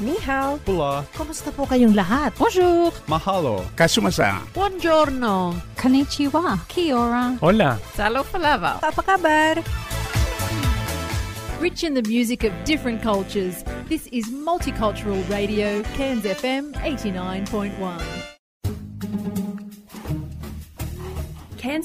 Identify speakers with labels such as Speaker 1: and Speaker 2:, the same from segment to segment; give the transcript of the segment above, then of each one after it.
Speaker 1: Ni hao.
Speaker 2: Hola.
Speaker 3: Kumusta po kayong lahat?
Speaker 1: Bonjour.
Speaker 2: Mahalo.
Speaker 4: Kasumasa.
Speaker 3: Buongiorno.
Speaker 5: Konnichiwa. Kia ora.
Speaker 2: Hola.
Speaker 3: Salo falava.
Speaker 1: Apa kabar?
Speaker 3: Rich in the music of different cultures, this is Multicultural Radio, Cairns FM 89.1.
Speaker 6: Cairns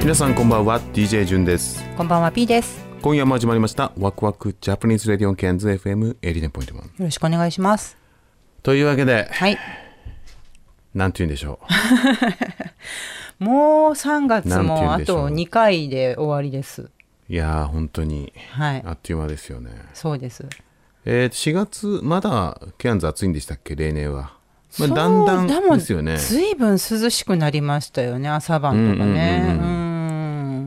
Speaker 7: 皆さんこんばんは DJ じゅんです
Speaker 8: こんばんは P ですよ
Speaker 7: 今夜も始まりましたワクワクジャパニーズレディオンケンズ FM エリデンポイントマン
Speaker 8: ろしくお願いします
Speaker 7: というわけで
Speaker 8: はい
Speaker 7: なんて言うんでしょ
Speaker 8: もう3月
Speaker 7: なんて言
Speaker 8: も
Speaker 7: うん
Speaker 8: あ
Speaker 7: でしょう
Speaker 8: と2回で終わりです
Speaker 7: ういやー本当に
Speaker 8: はい
Speaker 7: あっという間ですよね
Speaker 8: そうです
Speaker 7: えー、4月まだケアンズ暑いんでしたっけ例年は、まあ、
Speaker 8: そう
Speaker 7: だんだん
Speaker 8: でも
Speaker 7: ですよね
Speaker 8: ずいぶん涼しくなりましたよね朝晩とかね
Speaker 7: うんうんうんうん
Speaker 8: う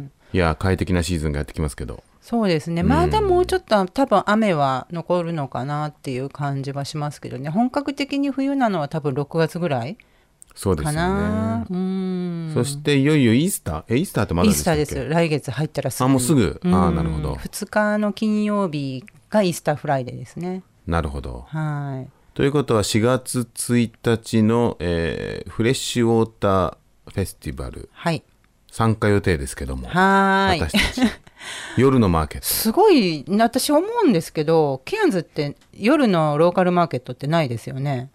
Speaker 8: ん
Speaker 7: いやー快適なシーズンがやってきますけど
Speaker 8: そうですねまだもうちょっと多分雨は残るのかなっていう感じはしますけどね本格的に冬なのは多分6月ぐらい
Speaker 7: そうです
Speaker 8: か
Speaker 7: よ
Speaker 8: な
Speaker 7: ね、
Speaker 8: うん
Speaker 7: そしていよいよイースターえイースターってまだ
Speaker 8: イー
Speaker 7: でし
Speaker 8: ス
Speaker 7: た
Speaker 8: タ
Speaker 7: っ
Speaker 8: ー
Speaker 7: け
Speaker 8: です来月入ったらすぐ
Speaker 7: あもうすぐあー
Speaker 8: うん
Speaker 7: なるほど
Speaker 8: 2日の金曜日がイースターフライデーですね
Speaker 7: なるほど
Speaker 8: はい
Speaker 7: ということは4月1日の、えーフレッシュウォーターフェスティバル
Speaker 8: はい
Speaker 7: 参加予定ですけども
Speaker 8: はーい
Speaker 7: 私たち 夜のマーケット
Speaker 8: すごい私思うんですけどケアンズって夜のローカルマーケットってないですよね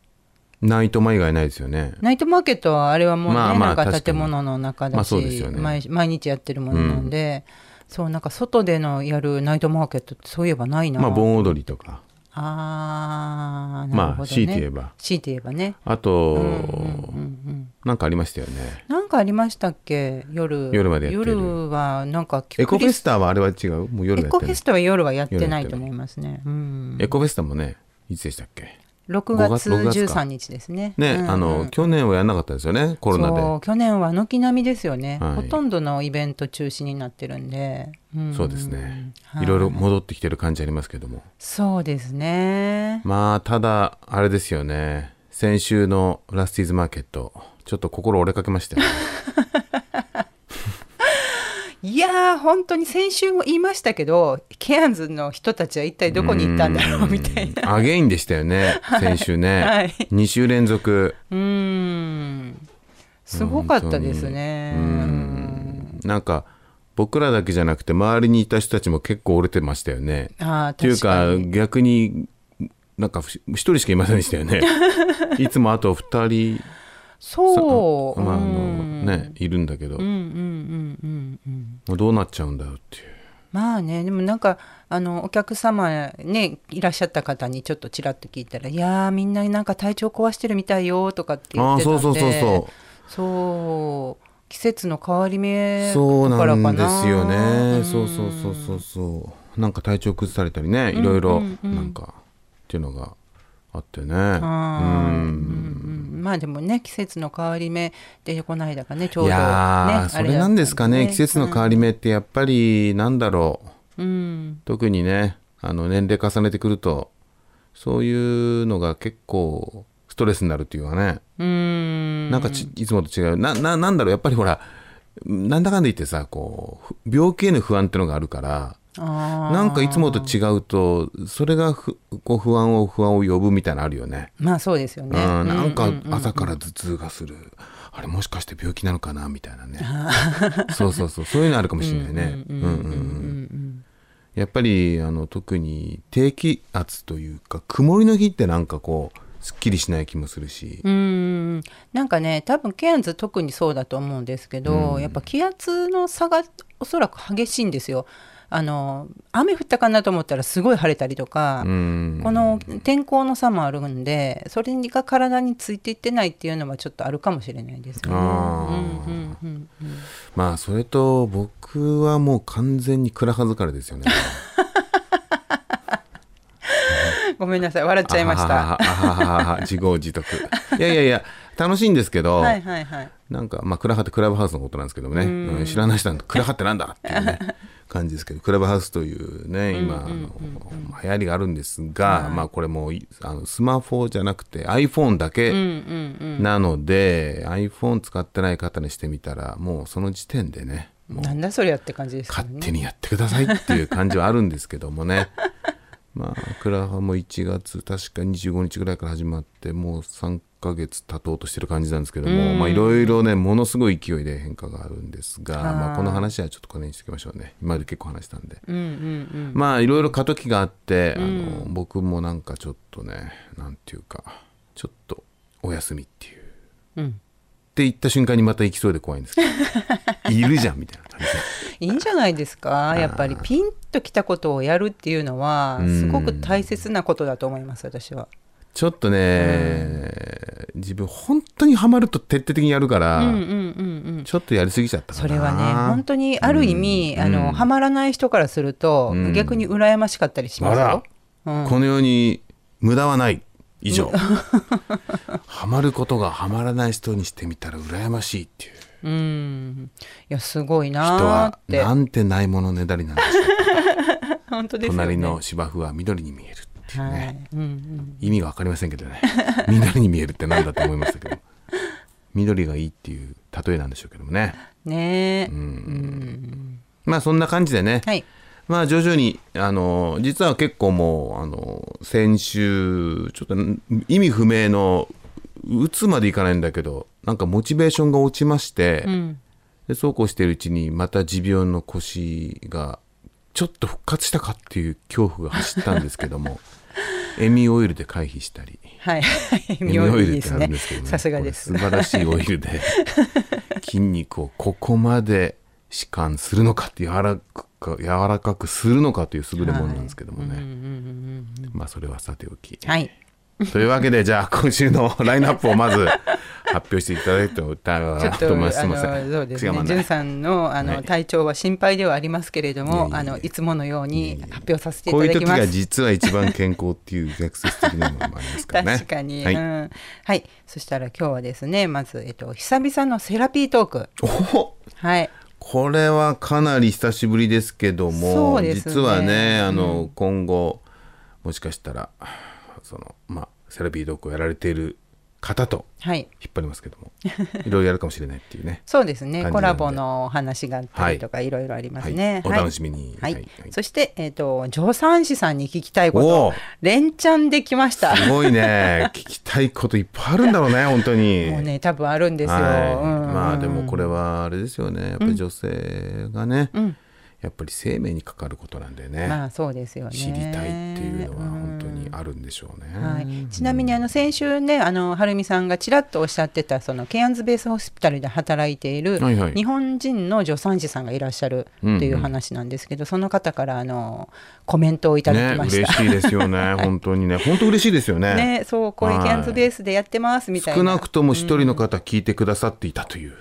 Speaker 7: ナイトマ以外ないですよね
Speaker 8: ナイトマーケットはあれはもうね、
Speaker 7: まあまあ
Speaker 8: なんか
Speaker 7: 確か
Speaker 8: 建
Speaker 7: に
Speaker 8: 物の中だし,、
Speaker 7: まあそうですよね
Speaker 8: 毎毎日やってるものなんで、そうなんか外でのやるナイトマーケットってそういえばないな、
Speaker 7: まあ盆踊りとか
Speaker 8: あーなるほどね、
Speaker 7: まあ強いて言えば
Speaker 8: 強いて言えばね
Speaker 7: あと、
Speaker 8: うんうん
Speaker 7: なんかありましたよね
Speaker 8: なんかありましたっけ夜
Speaker 7: 夜までやってる
Speaker 8: 夜はなんか
Speaker 7: エコフェス
Speaker 8: タ
Speaker 7: タはあれは違うもう夜
Speaker 8: エ
Speaker 7: や
Speaker 8: コ
Speaker 7: って
Speaker 8: フ
Speaker 7: る
Speaker 8: ェスタは夜はやってな
Speaker 7: 夜
Speaker 8: い
Speaker 7: やってない
Speaker 8: と思いますね、うん、
Speaker 7: エコフェスタもねいつでしたっけ
Speaker 8: 6
Speaker 7: 5月
Speaker 8: 月
Speaker 7: 6月か
Speaker 8: 13日ですね
Speaker 7: ね、
Speaker 8: うんうん
Speaker 7: あの去年はやらなかったですよねコロナで
Speaker 8: そう去年は軒並みですよね、
Speaker 7: はい
Speaker 8: ほとんどのイベント中止になってるんで、ん
Speaker 7: そうですね、、
Speaker 8: はい
Speaker 7: ろいろ戻ってきてる感じありますけども
Speaker 8: そうですね
Speaker 7: まあただあれですよね先週のラスティーズマーケットちょっと心折れかけましたよね
Speaker 8: いやー本当に先週も言いましたけどケアンズの人たちは一体どこに行ったんだろうみたいな
Speaker 7: アゲインでしたよね先週ね、
Speaker 8: はい
Speaker 7: 2週連続
Speaker 8: うーんすごかったですね
Speaker 7: うんなんか僕らだけじゃなくて周りにいた人たちも結構折れてましたよね。
Speaker 8: ああ
Speaker 7: っていう
Speaker 8: 確か
Speaker 7: か
Speaker 8: に
Speaker 7: 逆になんかふ一人しかいませんでしたよ ね。いつもあと二人さ
Speaker 8: そう、
Speaker 7: まああ
Speaker 8: う
Speaker 7: の
Speaker 8: ん
Speaker 7: ねいるんだけど、
Speaker 8: うんうんう
Speaker 7: も
Speaker 8: んうんうん
Speaker 7: うどうなっちゃうんだよっていう。
Speaker 8: まあねでもなんかあのお客様ねいらっしゃった方にちょっとちらっと聞いたら「いやーみんななんか体調壊してるみたいよ」とかって言
Speaker 7: あ
Speaker 8: っ
Speaker 7: あ
Speaker 8: てたん
Speaker 7: そう
Speaker 8: で
Speaker 7: そうそうそ
Speaker 8: そう季節の変わり
Speaker 7: う
Speaker 8: 目
Speaker 7: そう
Speaker 8: だから
Speaker 7: な
Speaker 8: か
Speaker 7: んですよね。そうそう
Speaker 8: うん
Speaker 7: そうそうそうなんか体調崩されたりねいろいろなんかっていうのがあってね。う
Speaker 8: あーうんうんまあでもね季節の変わり目でこの間がねちょう
Speaker 7: い
Speaker 8: どね
Speaker 7: やーそれなんですかね季節の変わり目
Speaker 8: 目、
Speaker 7: ってやっぱりなんだろう、
Speaker 8: うん
Speaker 7: 特にねあの年齢重ねてくるとそういうのが結構ストレスになるっていうかね、
Speaker 8: うん
Speaker 7: なんかちいつもと違うなななんだろうやっぱりほらなんだかんだ言ってさこうふ病気への不安ってのがあるから
Speaker 8: あー
Speaker 7: なんかいつもと違うとそれがふこう不安を不安を呼ぶみたいなのあるよね。
Speaker 8: まあそうですよね、
Speaker 7: うん、なん
Speaker 8: う
Speaker 7: か
Speaker 8: う
Speaker 7: 朝から頭痛がする、あれもしかして病気なのかなみたい なねそうそうそうそういうのあるかもしれないねうんうんうんやっぱりあの特に低気圧というか曇りの日ってなんかこうすっきりしない気もするし、
Speaker 8: うーんなんかね多分ケアンズ特にそうだと思うんですけど、やっぱ気圧の差がおそらく激しいんですよ。あの雨降ったかなと思ったらすごい晴れたりとか、
Speaker 7: うん
Speaker 8: この天候の差もあるんでそれが体についていってないっていうのはちょっとあるかもしれないですよね。
Speaker 7: あー
Speaker 8: うんうんうんうん
Speaker 7: まあそれと僕は もう完全に暗はずかれですよね
Speaker 8: ごめんなさい笑っちゃいまし
Speaker 7: あは
Speaker 8: た。
Speaker 7: はあははは自業自得。いやいやいや、楽しいんですけど、
Speaker 8: はいはいはい。
Speaker 7: なんか、まあ、クラハってクラブハウスのことなんですけどもね、うん知らない人はクラハってなんだっていう ね、感じですけど、クラブハウスというね、今、あの流行りがあるんですが、まあ、これもういあのスマホじゃなくて iPhone だけなので、iPhone 使ってない方にしてみたら、もうその時点でね、もう
Speaker 8: なんだそりゃって感じですよ
Speaker 7: 勝
Speaker 8: ね。
Speaker 7: 手にやってくださいっていう感じはあるんですけどもね まあクラハも1月確か25日ぐらいから始まってもう3ヶ月経とうとしてる感じなんですけどもまあいろいろねものすごい勢いで変化があるんですがまあ、この話はちょっとこれにしておきましょうね今まで結構話したんで、まあいろいろ過渡期があって、あの僕もなんかちょっとねなんていうかちょっとお休みっていう。って言った瞬間にまた行きそうで怖いんですけど いるじゃんみたいな感じで
Speaker 8: いいんじゃないですか。やっぱりピンときたことをやるっていうのはすごく大切なことだと思います私は。
Speaker 7: ちょっとね、自分本当にハマると徹底的にやるから、ちょっとやりすぎちゃったか
Speaker 8: そ
Speaker 7: な
Speaker 8: れはね本当にある意味、あのハマらない人からすると、逆に羨ましかったりしますよ。
Speaker 7: あら、この世に無駄はない以上 ハマることがハマらない人にしてみたら羨ましい っていう
Speaker 8: うん、いやすごい
Speaker 7: 人
Speaker 8: なー
Speaker 7: は
Speaker 8: って
Speaker 7: なんてないものねだり なんでしょう
Speaker 8: 本当ですよね。
Speaker 7: 隣の芝生は緑に見えるっていうね、
Speaker 8: はい、うん、
Speaker 7: 意味が分かりませんけどね 緑に見えるってなんだと思いましたけど緑がいいっていう例えなんでしょうけどもね
Speaker 8: ねえ、
Speaker 7: まあそんな感じでね、
Speaker 8: はい
Speaker 7: まあ徐々に、あの、実は結構もう、あの、先週、ちょっとん意味不明の、打つまでいかないんだけど、なんかモチベーションが落ちまして、でそうこうしてるうちに、また持病の腰が、ちょっと復活したかっていう恐怖が走ったんですけども、エミオイルで回避したり。
Speaker 8: はい、
Speaker 7: エミオイルってあるんですけどね。
Speaker 8: さすがです
Speaker 7: これ。素晴らしいオイ ルで筋肉をここまで弛緩するのかって柔らかく柔らかくするのかという優れものなんですけどもね。まあそれはさておき。
Speaker 8: はい、
Speaker 7: というわけでじゃあ今週のラインナップをまず発表していただいて歌う
Speaker 8: ちょっと
Speaker 7: と思います。す
Speaker 8: あ
Speaker 7: みませ
Speaker 8: の
Speaker 7: ん。
Speaker 8: そうです
Speaker 7: 口が
Speaker 8: ね、
Speaker 7: 回
Speaker 8: じ
Speaker 7: らな
Speaker 8: ゅ
Speaker 7: んい
Speaker 8: さんのあの、
Speaker 7: はい
Speaker 8: 体調は心配ではありますけれども、
Speaker 7: いやいやいや
Speaker 8: あのいつものように発表させてい
Speaker 7: こ
Speaker 8: た
Speaker 7: うい
Speaker 8: だ
Speaker 7: う
Speaker 8: き
Speaker 7: 時
Speaker 8: ます。
Speaker 7: が実は一番健康っていう逆説的なものもありますからね。
Speaker 8: 確かに、
Speaker 7: は
Speaker 8: う
Speaker 7: い。
Speaker 8: ん、はい、そしたら今日はですね、まずえっと久々のセラピートーク、
Speaker 7: おお。
Speaker 8: はい、
Speaker 7: これはかなり久しぶりですけど
Speaker 8: そ
Speaker 7: も、
Speaker 8: うですね
Speaker 7: 実はねあの、今後もしかしたらその、まあ、セラピードッグをやられている方と
Speaker 8: はい、
Speaker 7: 引っ張りますけ どもいろいろやるかもしれないっていうね。
Speaker 8: そうです
Speaker 7: 感じ
Speaker 8: ね、
Speaker 7: なんで
Speaker 8: コラボのお話があったりとか、いろいろありますね。
Speaker 7: はいお楽しみに
Speaker 8: はい、
Speaker 7: はいはい
Speaker 8: そしてえっと助産師さんに聞きたいこ
Speaker 7: おー、
Speaker 8: と連チャンできました。
Speaker 7: すごいね聞きたいこといっぱいあるんだろうね 本当に。
Speaker 8: もうね、多分あるんですよ。
Speaker 7: はい、
Speaker 8: うん
Speaker 7: まあでもこれはあれですよねやっぱり女性がね、やっぱり生命にかかることなんでね、
Speaker 8: まあそうですよね。
Speaker 7: 知りたいっていうのは本当にあるんでしょうね。
Speaker 8: はい、ちなみにあの先週ねあのはるみさんがちらっとおっしゃってたそのケアンズベースホスピタルで働いている
Speaker 7: はいはい
Speaker 8: 日本人の助産師さんがいらっしゃると
Speaker 7: うんうん
Speaker 8: いう話なんですけど、その方からあのコメントをいただ
Speaker 7: ね
Speaker 8: き、まし
Speaker 7: 嬉
Speaker 8: た。
Speaker 7: しいですよね本当にね本当嬉しいですよね
Speaker 8: ね、そうこういう
Speaker 7: はい
Speaker 8: ケアンズベースでやってますみたい
Speaker 7: 少
Speaker 8: な。
Speaker 7: なくとも一人の方聞いてくださっていたという、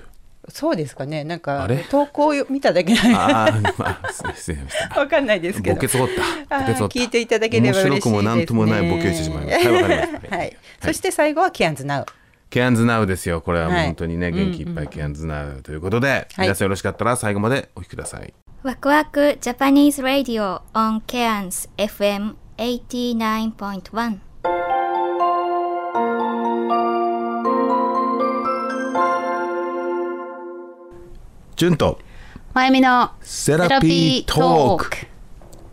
Speaker 8: そうですかね。な
Speaker 7: あ
Speaker 8: んか
Speaker 7: れ
Speaker 8: 投稿を見ただけなんで
Speaker 7: ああまあすいません
Speaker 8: わかんないですけ
Speaker 7: ボ
Speaker 8: ど
Speaker 7: ケ。そった
Speaker 8: あ
Speaker 7: ボケそ
Speaker 8: ー
Speaker 7: った
Speaker 8: 聞いていただければ嬉しいです、ね。
Speaker 7: 面白くもなんともないボケをしてしまいま したはいわかりました
Speaker 8: はいそして最後はケアンズナウ。
Speaker 7: ケアンズナウですよこれはもう
Speaker 8: はい
Speaker 7: 本当にね、元気いっぱいケアンズナウということで、皆さんよろしかったら最後までお聞きください
Speaker 1: ワクワクジャパニーズ・ラディオ on Cairns FM89.1
Speaker 7: ジュンと
Speaker 2: まゆみの
Speaker 7: セ
Speaker 2: セ
Speaker 7: ラ
Speaker 2: ラ
Speaker 7: ピー
Speaker 2: ピー
Speaker 7: ト
Speaker 2: ト
Speaker 7: ー
Speaker 2: ー
Speaker 7: ク
Speaker 2: ク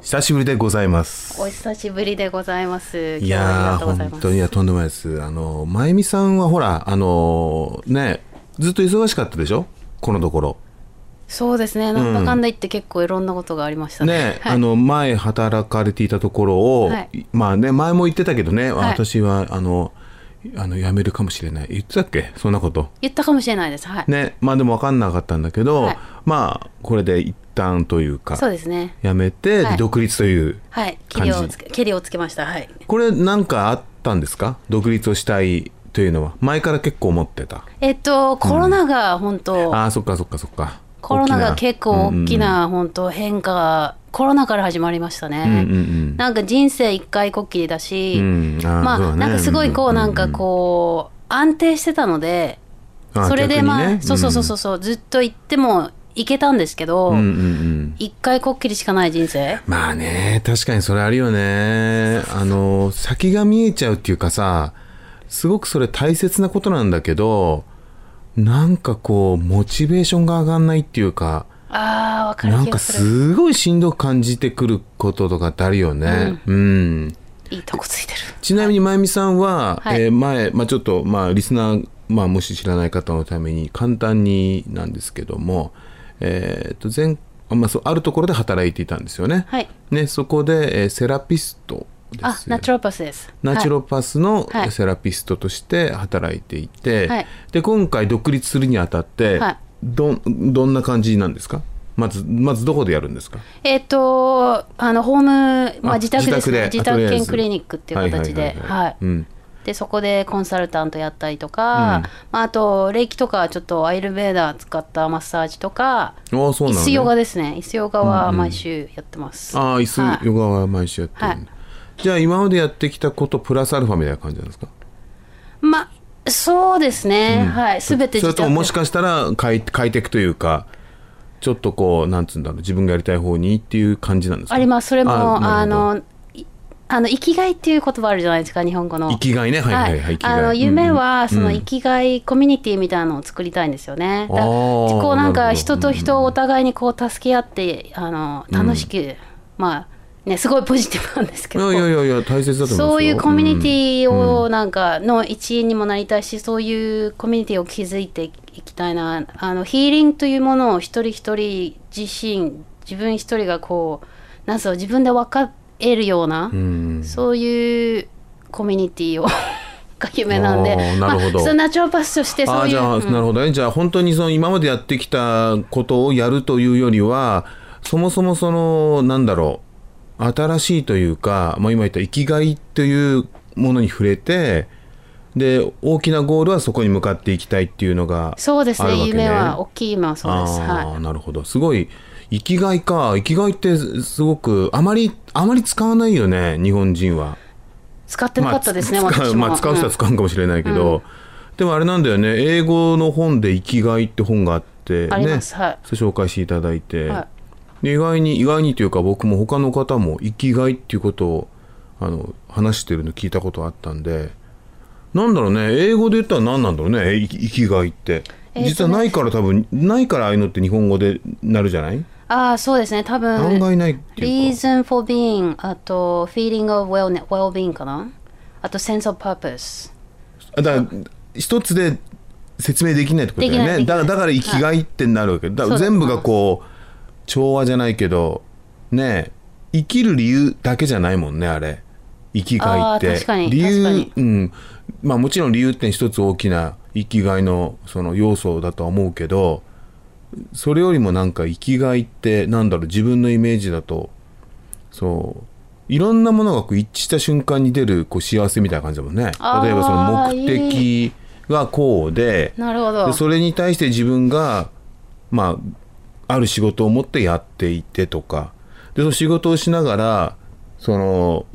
Speaker 7: 久しぶりでございます
Speaker 2: お久しぶりでございます。
Speaker 7: いやー
Speaker 2: 今日はありがとうござい
Speaker 7: 本
Speaker 2: ます
Speaker 7: 当にいやとんでもないですあのまゆみさんはほらあのねずっと忙しかったでしょこのところ
Speaker 2: そうですね。なんだかんだ言って結構いろんなことがありましたね。
Speaker 7: ね、あの前働かれていたところを、
Speaker 2: はい
Speaker 7: いまあね前も言ってたけどね、
Speaker 2: はい
Speaker 7: 私はあのあの辞めるかもしれない言ってたっけそんなこと
Speaker 2: 言ったかもしれないです。はい。
Speaker 7: ねまあでも分かんなかったんだけど、
Speaker 2: はい
Speaker 7: まあこれで一旦というか
Speaker 2: そうですね。
Speaker 7: 辞めて、で
Speaker 2: はい
Speaker 7: 独立という
Speaker 2: はい。ケ
Speaker 7: 感じ
Speaker 2: リをつけ、ケリをつけました。はい。
Speaker 7: これなんかあったんですか独立をしたいというのは前から結構思ってた
Speaker 2: えっと、コロナが本当、
Speaker 7: あーそっかそっかそっか
Speaker 2: コロナが結構大き
Speaker 7: うんうん
Speaker 2: な本当変化コロナから始まりましたね、
Speaker 7: うんうん
Speaker 2: なんか人生一回こっきりだし、
Speaker 7: うんあー
Speaker 2: まあ、
Speaker 7: そうだね
Speaker 2: なんかすごいこう、
Speaker 7: うん
Speaker 2: なんかこう安定してたので
Speaker 7: あ
Speaker 2: それでまあ、
Speaker 7: 逆にね
Speaker 2: そうそうそうそうそうずっと行っても行けたんですけど
Speaker 7: うんうんうん
Speaker 2: 一、回こっきりしかない人生
Speaker 7: まあね確かにそれあるよねあの先が見えちゃうっていうかさすごくそれ大切なことなんだけどなんかこうモチベーションが上がんないっていうか
Speaker 2: あーわか
Speaker 7: な
Speaker 2: る
Speaker 7: ん
Speaker 2: 気
Speaker 7: か
Speaker 2: がする
Speaker 7: すごいしんどく感じてくることとかってあるよねうん
Speaker 2: いいとこついてる
Speaker 7: ちなみにまゆみさんは、
Speaker 2: はい
Speaker 7: えー前、まあ、ちょっと、まあ、リスナー、まあ、もし知らない方のために簡単になんですけども、えーと前あまあ、そうあるところで働いていたんですよね。
Speaker 2: はい
Speaker 7: ねそこで、えーセラピストですよ
Speaker 2: あナチュロパスです
Speaker 7: ナチュ
Speaker 2: はい
Speaker 7: ロパスの
Speaker 2: はい
Speaker 7: セラピストとして働いていて、
Speaker 2: はい
Speaker 7: で今回独立するにあたって、
Speaker 2: はい
Speaker 7: どんどんな感じなんですかまずまずどこでやるんですか
Speaker 2: えっ、とあのホーム、まあ、
Speaker 7: あ
Speaker 2: 自宅ですね
Speaker 7: 自宅で
Speaker 2: 自
Speaker 7: あとりあ
Speaker 2: 宅
Speaker 7: えず
Speaker 2: 兼クリニックっていう形ではい
Speaker 7: うん
Speaker 2: でそこでコンサルタントやったりとか、まあ、あと霊気とかちょっとアイルベーダー使ったマッサージとか
Speaker 7: ああそう
Speaker 2: 椅
Speaker 7: なの、
Speaker 2: 子
Speaker 7: ね、
Speaker 2: ヨガですね椅子ヨガは毎週やってます、
Speaker 7: ああ椅
Speaker 2: は
Speaker 7: 子
Speaker 2: い
Speaker 7: ヨガは毎週やってるんだ、
Speaker 2: はい
Speaker 7: じゃあ今までやってきたことプラスアルファみたいな感じなんですか
Speaker 2: まあそうですね、はい全て
Speaker 7: それ
Speaker 2: 自宅
Speaker 7: とももしかしたら変え変えていくというかちょっとこうなんつうんだろう自分がやりたい方にっていう感じなんですか
Speaker 2: ありますそれも
Speaker 7: あな
Speaker 2: あ
Speaker 7: るほど
Speaker 2: のいあの生きがいっていう言葉あるじゃないですか日本語の
Speaker 7: 生きがいねはいはいはい、生きがい
Speaker 2: あの夢はその
Speaker 7: うん
Speaker 2: 生きがいコミュニティみたいなのを作りたいんですよね。だから
Speaker 7: あー
Speaker 2: こうな
Speaker 7: な
Speaker 2: んか
Speaker 7: るほど
Speaker 2: 人と人をお互いにこう助け合ってあの楽しく、まあねすごいポジティブなんですけど。
Speaker 7: いやいやいやいや大切だと思いますよ
Speaker 2: そういうコミュニテ
Speaker 7: ィ、
Speaker 2: ィをなんかの一員にもなりたいし、そういうコミュニティを築いていきたいなあのヒーリングというものを一人一人自身自分一人がこうなんすか自分で分かえるような、
Speaker 7: うん
Speaker 2: そういうコミュニティを が夢なんで
Speaker 7: あーなるほど
Speaker 2: まあ、そのナチュラルパスとして
Speaker 7: あ
Speaker 2: そ
Speaker 7: あ
Speaker 2: うい
Speaker 7: じ
Speaker 2: う
Speaker 7: ゃあ、
Speaker 2: うん
Speaker 7: なるほどねじゃあ本当にその今までやってきたことをやるというよりはそもそもそのなんだろう新しいというか、まあ、今言った生きがいというものに触れてで大きなゴールはそこに向かっていきたいっていうのが
Speaker 2: そうです
Speaker 7: あるわ
Speaker 2: ね
Speaker 7: け
Speaker 2: 夢は大きい夢はそうです
Speaker 7: ああ、
Speaker 2: は
Speaker 7: なるほどすごい生きがいか生きがいってすごくあまりあまり使わないよね日本人は。
Speaker 2: い使ってなかったですね、
Speaker 7: まあ、使
Speaker 2: 私
Speaker 7: う
Speaker 2: も、
Speaker 7: まあ使う人は
Speaker 2: うん
Speaker 7: 使うんかもしれないけど、でもあれなんだよね英語の本で「生きがい」って本があって、ね、
Speaker 2: ありますはい
Speaker 7: それ紹介していただいて、
Speaker 2: は
Speaker 7: で意外に意外にというか僕も他の方も生きがいっていうことをあの話してるの聞いたことあったんでなんだろうね英語で言ったら何なんだろうねえ生き生きがいって、
Speaker 2: えーとね
Speaker 7: 実はないから多分ないからああいうのって日本語でなるじゃない
Speaker 2: ああそうですね多分
Speaker 7: 案外ないっていうか
Speaker 2: Reason for being あと Feeling of wellne- well-being かなあと Sense of purpose
Speaker 7: だから一つで説明できないってことだよ
Speaker 2: できない
Speaker 7: ね
Speaker 2: できな
Speaker 7: だ
Speaker 2: い
Speaker 7: だから生きがいってなるわけ、だから
Speaker 2: そうだと
Speaker 7: 全
Speaker 2: 思
Speaker 7: 部
Speaker 2: います
Speaker 7: がこう調和じゃないけどねえ生きる理由だけじゃないもんねあれ生きがいって
Speaker 2: あー確かに
Speaker 7: 理由
Speaker 2: 確か
Speaker 7: うんまあもちろん理由って一つ大きな生きがいのその要素だとは思うけどそれよりもなんか生きがいってなんだろう自分のイメージだとそういろんなものがこう一致した瞬間に出るこう幸せみたいな感じだもんね例え
Speaker 2: あー
Speaker 7: ばその目的がこうで
Speaker 2: なるほど
Speaker 7: でそれに対して自分がまあある仕事を持ってやっていてとかでその仕事をしながらその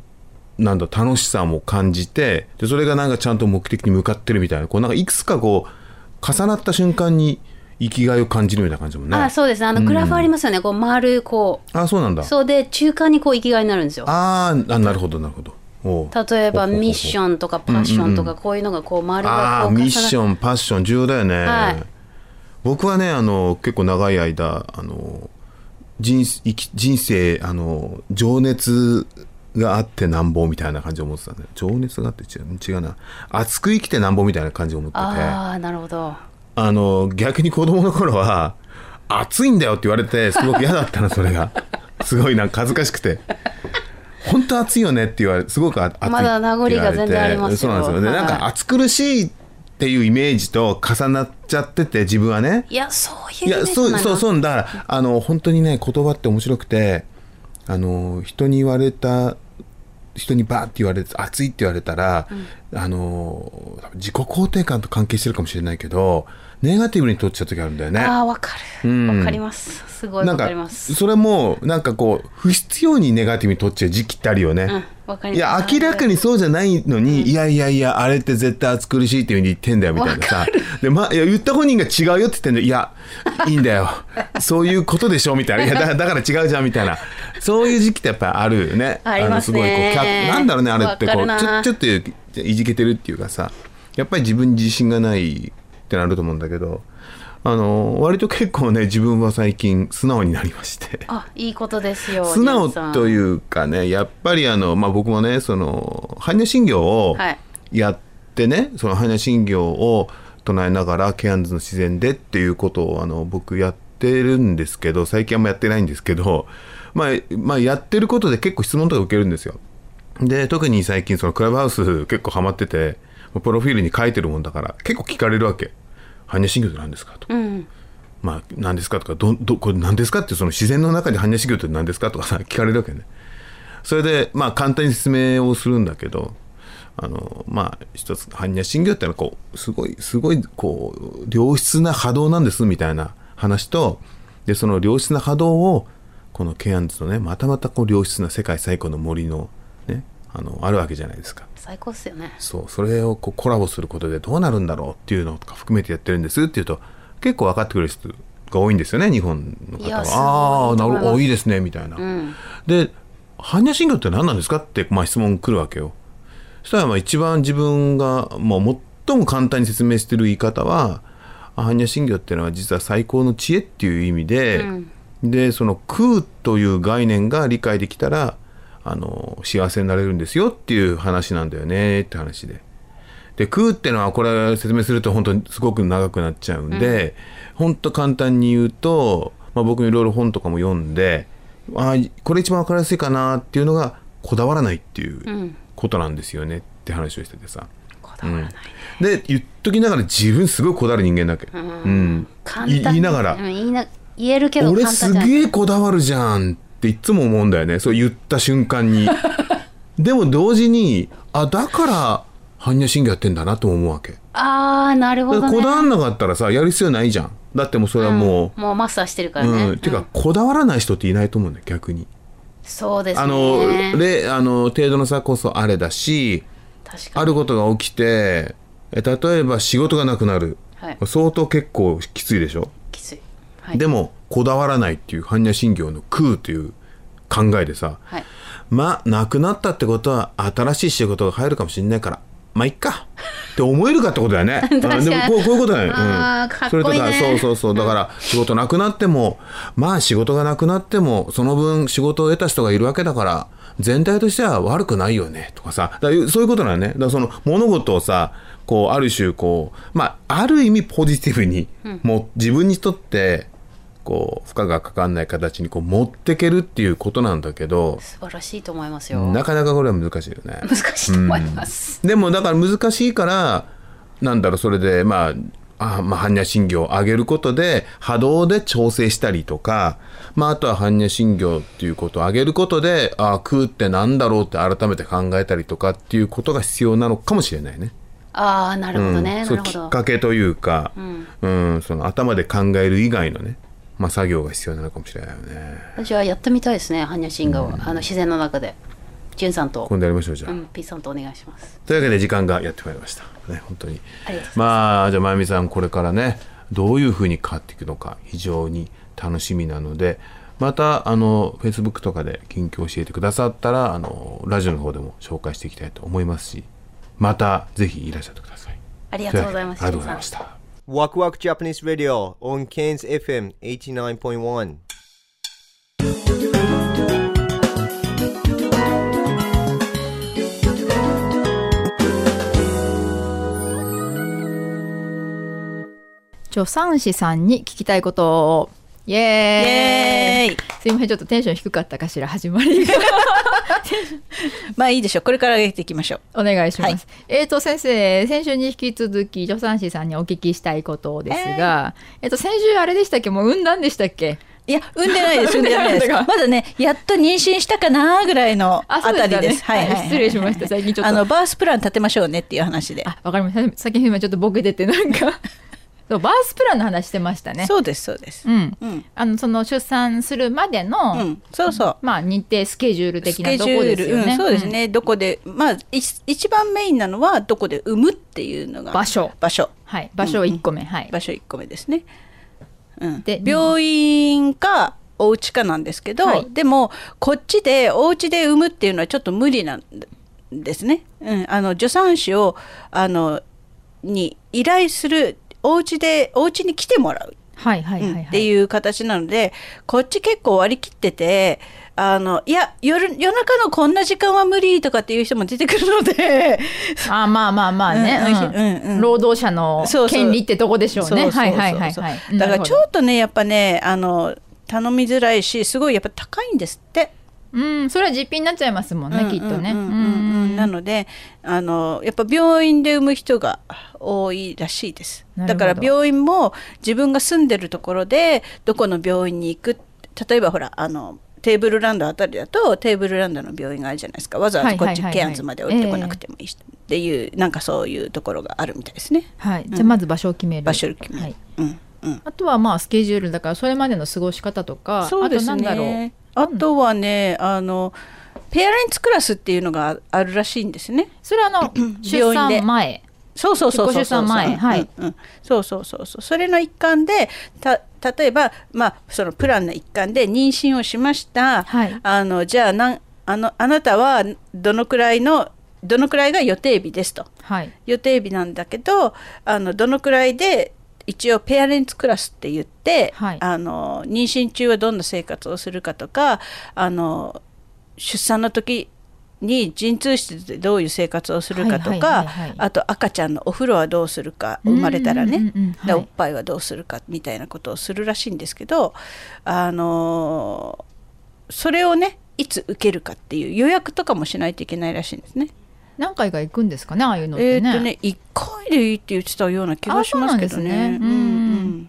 Speaker 7: なんだ楽しさも感じてでそれがなんかちゃんと目的に向かってるみたいなこうなんかいくつかこう重なった瞬間に生きがいを感じるみたいな感じだもんね。
Speaker 2: あそうですねあのグラフありますよね、こう丸こ
Speaker 7: あそうなんだ
Speaker 2: うそうで中間にこう生きがいになるんですよ
Speaker 7: あーあなるほどなるほどおう
Speaker 2: 例えば
Speaker 7: ほほほ
Speaker 2: ミッションとかパッションとかこういうのがこう丸が
Speaker 7: ああ
Speaker 2: こう重
Speaker 7: ミ
Speaker 2: な
Speaker 7: ッシ
Speaker 2: ン
Speaker 7: ョンパッション重要だよね、
Speaker 2: はい
Speaker 7: 僕はねあの結構長い間あの人生人生あの情熱があってなんぼみたいな感じを思ってたんだよ情熱があって違う違うな熱く生きてなんぼみたいな感じを思ってて
Speaker 2: ああなるほど
Speaker 7: あの、逆に子供の頃は、暑いんだよって言われて、すごく嫌だ ったな、それが。すごいなんか恥ずかしくて。本当暑いよねって言われすごくあ暑いって言われて。
Speaker 2: まだ名残が全然ありますよ
Speaker 7: そうなんですよね。
Speaker 2: はい
Speaker 7: なんか暑苦しいっていうイメージと重なっちゃってて、自分はね。
Speaker 2: いやそう
Speaker 7: い
Speaker 2: いう
Speaker 7: や、
Speaker 2: イメージな
Speaker 7: そう、
Speaker 2: の
Speaker 7: そう、そう、だから、あの、本当にね、言葉って面白くて、あの、人に言われた、人にバーって言われて、熱いって言われたら、あの、自己肯定感と関係してるかもしれないけど、ネガティブに取っちゃう時あるんだよね
Speaker 2: ああ、わか
Speaker 7: う
Speaker 2: る。
Speaker 7: ん
Speaker 2: わ、かります。すごい
Speaker 7: な
Speaker 2: わ
Speaker 7: ん
Speaker 2: か
Speaker 7: か
Speaker 2: ります。
Speaker 7: それもなんかこう不必要にネガティブに取っちゃう時期ってあるよね、
Speaker 2: うん、わかります。
Speaker 7: いや明らかにそうじゃないのに、いやいやいやあれって絶対暑苦しいっていうふうに言ってんだよみたいなさで、ま、いや言った本人が違うよって言ってんだよいやいいんだよそういうことでしょみたいないやだだから違うじゃんみたいなそういう時期ってやっぱりあるよね
Speaker 2: ありますね
Speaker 7: のすごいこう客なんだろうねあれってこう
Speaker 2: わかるな
Speaker 7: ちょちょっといじけてるっていうかさやっぱり自分に自信がないってなると思うんだけどあの割と結構ね自分は最近素直になりまして。
Speaker 2: あ、いいことですよ。
Speaker 7: 素直
Speaker 2: ジェンさん
Speaker 7: というかねやっぱりあの、まあ、僕もねその般若心経を
Speaker 2: はい
Speaker 7: やってね、その般若心経を唱えながらケアンズの自然でっていうことをあの僕やってるんですけど最近あんまやってないんですけど、 まあまあ、やってることで結構質問とか受けるんですよ。で特に最近そのクラブハウス結構ハマっててプロフィールに書いてるもんだから結構聞かれるわけ「般若心経って何ですか?」とか
Speaker 2: うん。
Speaker 7: まあ、何ですかとかどどこれ何ですかってその自然の中で般若修行って何ですかとかさ 聞かれるわけねそれでまあ簡単に説明をするんだけどあのまあ一つ般若心経ってのはこうすごいすごいこう良質な波動なんですみたいな話とでその良質な波動をこのケアンズのねまたまたこう良質な世界最古の森のねあのあるわけじゃないですか
Speaker 2: 最高っすよね。
Speaker 7: そうそれをこうコラボすることでどうなるんだろうっていうのとか含めてやってるんですっていうと結構分かってくれる人が多いんですよね日本の方
Speaker 2: いや
Speaker 7: は。
Speaker 2: すごい
Speaker 7: ああなる
Speaker 2: と思いま
Speaker 7: ほ
Speaker 2: す
Speaker 7: どいいですねみたいな。
Speaker 2: うん。
Speaker 7: で般若心経って何なんですかって、まあ、質問来るわけよ。そしたらまあ一番自分がもう最も簡単に説明してる言い方は般若心経っていうのは実は最高の知恵っていう意味で、でその空という概念が理解できたらあの幸せになれるんですよっていう話なんだよねって話で。で空ってのはこれ説明すると本当にすごく長くなっちゃうんで、本当簡単に言うと、まあ、僕もいろいろ本とかも読んであーこれ一番分かりやすいかなっていうのがこだわらないっていうことなんですよねって話をしててさ。
Speaker 2: こだわらない。
Speaker 7: で言っときながら自分すごいこだわる人間だっけ、うん
Speaker 2: 簡単
Speaker 7: い言いながら
Speaker 2: うん、言いな言えるけど
Speaker 7: 俺
Speaker 2: 簡単じゃ
Speaker 7: す
Speaker 2: ない。
Speaker 7: げえこだわるじゃんっていつも思うんだよねそう言った瞬間 にでも同時にあだから般若心経やってんだなとも思うわけ、
Speaker 2: ああ、なるほ
Speaker 7: だ
Speaker 2: ど、
Speaker 7: か
Speaker 2: ね。
Speaker 7: らこだわんなかったらさやる必要ないじゃんだってもうそれはも
Speaker 2: もうマスターしてるか
Speaker 7: う、
Speaker 2: ら
Speaker 7: うん
Speaker 2: ね。
Speaker 7: ていう
Speaker 2: う
Speaker 7: か
Speaker 2: ん
Speaker 7: こだわらない人っていないと思うんだよ逆に、
Speaker 2: そうですね。
Speaker 7: あの例あの程度の差こそあれだし
Speaker 2: 確
Speaker 7: あ
Speaker 2: かに。
Speaker 7: ることが起きてえ例えば仕事がなくなる、
Speaker 2: はい
Speaker 7: 相当結構きついでしょ
Speaker 2: きつい。はい。
Speaker 7: でもこだわらないっていう般若心経の空という考えでさ、
Speaker 2: はい
Speaker 7: まあなくなったってことは新しい仕事が入るかもしれないからまあいっかって思えるかってことだよ ね
Speaker 2: かに
Speaker 7: うんでもこうこういうことだよね、うん
Speaker 2: あーかっこいい
Speaker 7: それとか
Speaker 2: ね
Speaker 7: そうそうそうだから仕事なくなってもまあ仕事がなくなってもその分仕事を得た人がいるわけだから全体としては悪くないよねとかさだからそういうことなのねだからその物事をさこうある種こうまあある意味ポジティブに、もう自分にとってこう負荷がかかんない形にこう持ってけるっていうことなんだけど
Speaker 2: 素晴らしいと思いますよ。
Speaker 7: な
Speaker 2: 難
Speaker 7: かなかこれは難しいよね。
Speaker 2: しいと思います。
Speaker 7: でもだから難しいからなんだろうそれでまああまあ、般若心経を上げることで波動で調整したりとか、まあ、あとは般若心経っていうことを上げることであ空ってなんだろうって改めて考えたりとかっていうことが必要なのかもしれないね。
Speaker 2: ああ、なるほどね。
Speaker 7: うん、
Speaker 2: な
Speaker 7: そう
Speaker 2: るほ
Speaker 7: きっ
Speaker 2: ど。
Speaker 7: かけというか、うんその頭で考える以外のね、まあ、作業が必要なのかもしれないよね。
Speaker 2: じゃあやってみたいですね、般若心経を、あの自然の中で。ジュンさんと、
Speaker 7: 今度やりましょうじゃあ。
Speaker 2: うん、ピーさんとお願いします。
Speaker 7: というわけで時間がやってまいりました。ね、本当に。
Speaker 2: ありがとうございます
Speaker 7: まあ、じゃあ、まゆみさん、これからね、どういうふうに変わっていくのか、非常に楽しみなので、また、あの、Facebook とかで近況を教えてくださったら、あの、ラジオの方でも紹介していきたいと思いますし、また、ぜひいらっしゃってください。
Speaker 2: あり
Speaker 7: あ
Speaker 2: がとうございます。
Speaker 7: ありがとうございま
Speaker 2: ジュン
Speaker 7: し
Speaker 2: さん
Speaker 7: た。
Speaker 4: Waku Waku Japanese Radio on Cairns FM 89.1.
Speaker 9: 助産師さんに聞きたいことをイエーイ
Speaker 10: イエーイ
Speaker 9: すいませんちょっとテンション低かったかしら始まり
Speaker 10: まあいいでしょう。これから上げていきましょう。
Speaker 9: お願いします、えっ、と先生先週に引き続き助産師さんにお聞きしたいことですが、えっ、と先週あれでしたっけもう産んだんでしたっけ
Speaker 10: いや、産ん でないです。産んでない
Speaker 9: 産ん
Speaker 10: です。
Speaker 9: でないんだ
Speaker 10: まだね、やっと妊娠したかなぐらいのあ
Speaker 9: あそ
Speaker 10: た
Speaker 9: うで
Speaker 10: り
Speaker 9: したね
Speaker 10: です。はいはいはい
Speaker 9: はい失礼しました最近ちょっと
Speaker 10: あの、バースプラン立てましょうねっていう話で。
Speaker 9: あわかりました先ほど今ちょっとボケててなんかそうバースプランの話してましたね
Speaker 10: そうですそうです
Speaker 9: うん
Speaker 10: うん
Speaker 9: あのその出産するまでの、
Speaker 10: うんそうそう
Speaker 9: まあ日程スケジュール的
Speaker 10: ス
Speaker 9: な
Speaker 10: ケ
Speaker 9: と
Speaker 10: ジ
Speaker 9: こ
Speaker 10: ュール
Speaker 9: ですよね、
Speaker 10: うん、そうですね、どこでまあい一番メインなのはどこで産むっていうの
Speaker 9: う
Speaker 10: が
Speaker 9: ん場所
Speaker 10: 場所
Speaker 9: はい場所1個目、はい
Speaker 10: 場所1個目ですね、うん、
Speaker 9: で
Speaker 10: 病院かお家かなんですけど、
Speaker 9: はい
Speaker 10: でもこっちでお家で産むっていうのはちょっと無理なんですね、うん、あの助産師をあのに依頼するお家でお家に来てもらう
Speaker 9: はいはいはいはい、
Speaker 10: うんっていう形なのでこっち結構割り切っててあのいや夜夜中のこんな時間は無理とかっていう人も出てくるので
Speaker 9: あまあまあまあ
Speaker 10: Mm,
Speaker 9: ね、うん
Speaker 10: うんうん
Speaker 9: Mm. 労働者の
Speaker 10: そうそう
Speaker 9: 権利ってとこでしょうね
Speaker 10: そうそうそう
Speaker 9: はいはいはいは
Speaker 10: そう
Speaker 9: い
Speaker 10: だからちょ
Speaker 9: っ
Speaker 10: っとねやっぱねあの頼みづらいしすごいやっぱ高いんですって。
Speaker 9: うんそれは実費になっちゃいますもんね、きっとね
Speaker 10: うんうんうんうんなのであのやっぱ病院で産む人が多いらしいです
Speaker 9: なる
Speaker 10: だ
Speaker 9: ほど
Speaker 10: から病院も自分が住んでるところでどこの病院に行く例えばほらあのテーブルランドあたりだとテーブルランドの病院があるじゃないですかわざわざこっ
Speaker 9: はいはいは
Speaker 10: ち
Speaker 9: いはい
Speaker 10: ケアンズまで降りてこなくてもいいし、っていうなんかそういうところがあるみたいですね。
Speaker 9: はいじゃあまず場所を決める
Speaker 10: 場所を決める
Speaker 9: はい、
Speaker 10: うんうん、
Speaker 9: あとはまあスケジュールだからそれまでの過ごし方とか
Speaker 10: そうですね
Speaker 9: あとなんだろう
Speaker 10: あとはねあのペアレンツクラスっていうのがあるらしいんですね。
Speaker 9: それはあ の出
Speaker 10: 病院で
Speaker 9: 産前
Speaker 10: そうそうそうそう
Speaker 9: 自己出産前はい
Speaker 10: うんうんそうそうそうそうそれの一環でた例えばまあそのプランの一環で妊娠をしました、
Speaker 9: はい
Speaker 10: あのじゃあなんあのあなたはどのくらいのどのくらいが予定日ですと
Speaker 9: はい
Speaker 10: 予定日なんだけどあのどのくらいで一応ペアレンツクラスって言って、
Speaker 9: はい
Speaker 10: あの妊娠中はどんな生活をするかとかあの出産の時に陣痛室でどういう生活をするかと
Speaker 9: はいはいはい
Speaker 10: か
Speaker 9: はい
Speaker 10: あと赤ちゃんのお風呂はどうするか生まれたらね、
Speaker 9: うんうんうんうんはい
Speaker 10: でおっぱいはどうするかみたいなことをするらしいんですけどあのそれをねいつ受けるかっていう予約とかもしないといけないらしいんですね。
Speaker 9: 何回か行くんですかねああいうのっ
Speaker 10: え
Speaker 9: て
Speaker 10: ー
Speaker 9: ね,、
Speaker 10: っ、とね1回でいいって言ってたような気がしますけど
Speaker 9: あ
Speaker 10: ね。
Speaker 9: そうなんですね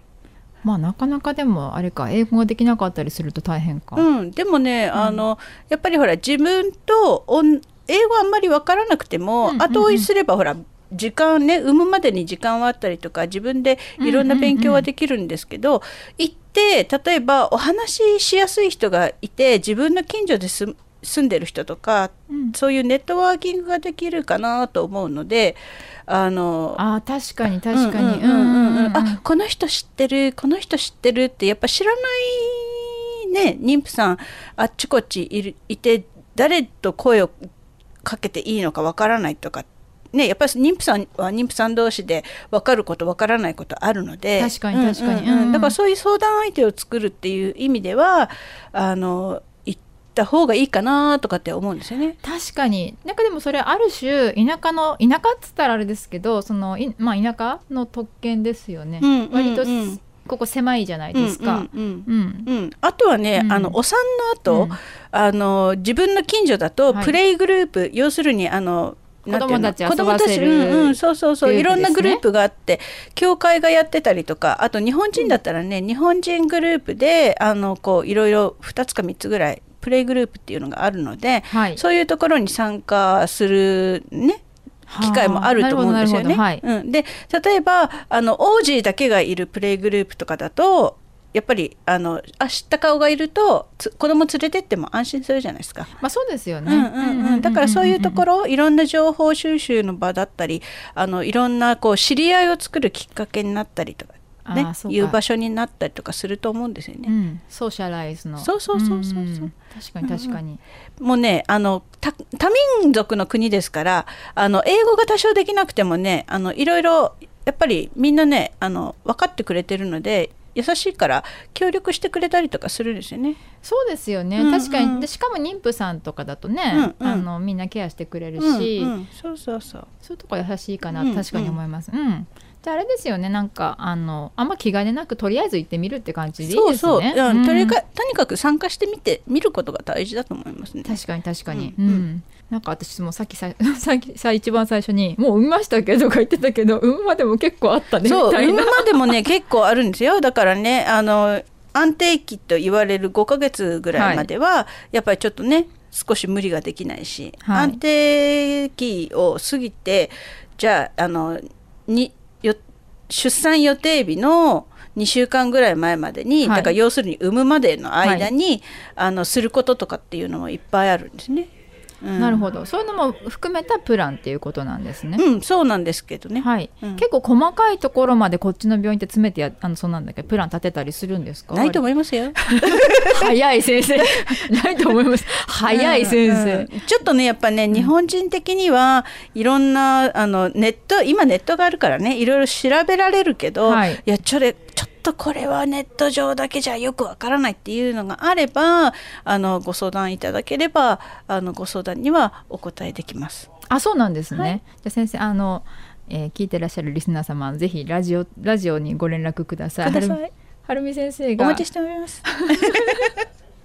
Speaker 9: まあなかなかでもあれか英語ができなかったりすると大変か、
Speaker 10: うんうんでもね、あのやっぱりほら自分とおん英語あんまり分からなくて
Speaker 9: う
Speaker 10: も、
Speaker 9: んうん
Speaker 10: 後追いすればほら時間ね産むまでに時間はあったりとか自分でいろんな勉強はできるんですけど、行って例えばお話ししやすい人がいて自分の近所で住む住んでる人とか、
Speaker 9: うん
Speaker 10: そういうネットワーキングができるかなと思うのであの
Speaker 9: ああ確かに確かに
Speaker 10: うんうんうんうん
Speaker 9: うんうんうん
Speaker 10: あこの人知ってるこの人知ってるってやっぱ知らないね妊婦さんあっちこっちいるいて誰と声をかけていいのかわからないとかねやっぱり妊婦さんは妊婦さん同士で分かること分からないことあるので
Speaker 9: 確かに確かに
Speaker 10: うんうんう
Speaker 9: う
Speaker 10: ん
Speaker 9: んうん
Speaker 10: だからそういう相談相手を作るっていう意味ではあの行った方がいいかなとかって思うんですよね。
Speaker 9: 確かになんかでもそれある種田舎の田舎っつったらあれですけどそのい、まあ、田舎の特権ですよね、
Speaker 10: うん
Speaker 9: 割と
Speaker 10: うんうん
Speaker 9: ここ狭いじゃないですか。
Speaker 10: うんうんうん
Speaker 9: うん
Speaker 10: うん、あとはね、
Speaker 9: うん
Speaker 10: あのお産の後、
Speaker 9: うん
Speaker 10: あの自分の近所だと
Speaker 9: はい
Speaker 10: プレイグループ、要するにあのなんていうの
Speaker 9: 子供たち遊ばせる
Speaker 10: 子供たちうんうん、そうそうそう、
Speaker 9: グループ
Speaker 10: いろんな
Speaker 9: です
Speaker 10: グ
Speaker 9: ね
Speaker 10: ループがあって教会がやってたりとかあと日本人だったらね、日本人グループであのこういろいろ2つか3つぐらいプレイグループっていうのがあるので、
Speaker 9: はい
Speaker 10: そういうところに参加するね機会もあると思うんですよね。
Speaker 9: はあなるほどなるほど
Speaker 10: うん、で例えばあのオージーだけがいるプレイグループとかだとやっぱりあのあ知った顔がいるとつ子供連れてっても安心するじゃないですか。
Speaker 9: まあそうですよ
Speaker 10: う
Speaker 9: ね。
Speaker 10: んうんうん、だからそういうところいろんな情報収集の場だったりあのいろんなこう知り合いを作るきっかけになったりとか,、ね、
Speaker 9: あーそうか
Speaker 10: いう場所になったりとかすると思うんですよね。
Speaker 9: うん、ソーシャライズの
Speaker 10: そうそうそうそうそうん
Speaker 9: 確かに確かに、
Speaker 10: もうねあのた多民族の国ですからあの英語が多少できなくてもねあのいろいろやっぱりみんなねあの分かってくれてるので優しいから協力してくれたりとかするんですよね。
Speaker 9: そうですよね、
Speaker 10: うんうん
Speaker 9: 確かにでしかも妊婦さんとかだとね、
Speaker 10: うんうん
Speaker 9: あのみんなケアしてくれる
Speaker 10: うん
Speaker 9: し、
Speaker 10: うんそうそうそう
Speaker 9: そういうとこ優しいかな、
Speaker 10: うん
Speaker 9: 確かに思います。うん、じゃああれですよねなんかあのあんま気兼ねなくとりあえず行ってみるって感じでいい
Speaker 10: そう
Speaker 9: です
Speaker 10: そう、
Speaker 9: ね。
Speaker 10: うん
Speaker 9: うん
Speaker 10: とにかとにかく参加してみて見ることが大事だと思いますね。
Speaker 9: 確かに確かに、
Speaker 10: う
Speaker 9: うんんなんか私もさっきさ さっきさ一番最初に「もう産みましたけど」とか言ってたけど産むまでも結構あったねみ
Speaker 10: そう
Speaker 9: たい
Speaker 10: 産
Speaker 9: な
Speaker 10: むまでもね結構あるんですよだからねあの安定期と言われる5ヶ月ぐらいまでは、やっぱりちょっとね少し無理ができないし、
Speaker 9: はい
Speaker 10: 安定期を過ぎてじゃああのによ出産予定日の2週間ぐらい前までに、
Speaker 9: はい
Speaker 10: だから要するに産むまでの間に、あのすることとかっていうのもいっぱいあるんですね。うん
Speaker 9: なるほどそういうのも含めたプランっていうことなんですね、
Speaker 10: うん、そうなんですけどね。
Speaker 9: はい、
Speaker 10: うん
Speaker 9: 結構細かいところまでこっちの病院って詰めてやあのそうなんだっけプラン立てたりするんですか
Speaker 10: ないと思いますよ。
Speaker 9: 早い先生 ないと思います早い先生、
Speaker 10: うんうんちょっとねやっぱね日本人的にはいろんなあのネット今ネットがあるからねいろいろ調べられるけど、
Speaker 9: はい
Speaker 10: い、やちょれちょっとこれはネット上だけじゃよくわからないっていうのがあればあのご相談いただければあのご相談にはお答えできます。
Speaker 9: あそうなんですね、じゃあ先生あの、えー聞いてらっしゃるリスナー様ぜひラジオラジオにご連絡ください
Speaker 10: くださ
Speaker 9: は
Speaker 10: い
Speaker 9: るみはるみ先生
Speaker 10: お
Speaker 9: が
Speaker 10: 待ちしております。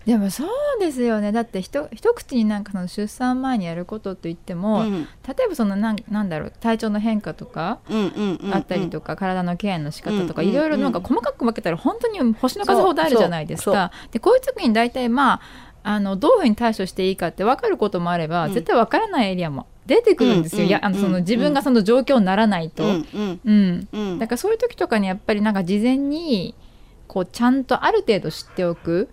Speaker 9: でもそうですよねだってひと一口になんかその出産前にやることといっても、
Speaker 10: うん
Speaker 9: 例えばそのなんなんだろう体調の変化とか
Speaker 10: うんうんうんうん
Speaker 9: あったりとか、体のケアの仕方とか、
Speaker 10: うん
Speaker 9: いろいろなんか
Speaker 10: うん
Speaker 9: 細かく分けたら本当に星の数ほどあるじゃないです
Speaker 10: そうそ
Speaker 9: か。でこういう時に大体まああのどういうふうに対処していいかって分かることもあれば、
Speaker 10: うん
Speaker 9: 絶対分からないエリアも出てくるんですよ、
Speaker 10: うん
Speaker 9: いやあのその
Speaker 10: うん
Speaker 9: 自分がその状況にならないと。
Speaker 10: う
Speaker 9: うん
Speaker 10: んうんうん
Speaker 9: だからそういう時とかにやっぱりなんか事前にこうちゃんとある程度知っておく。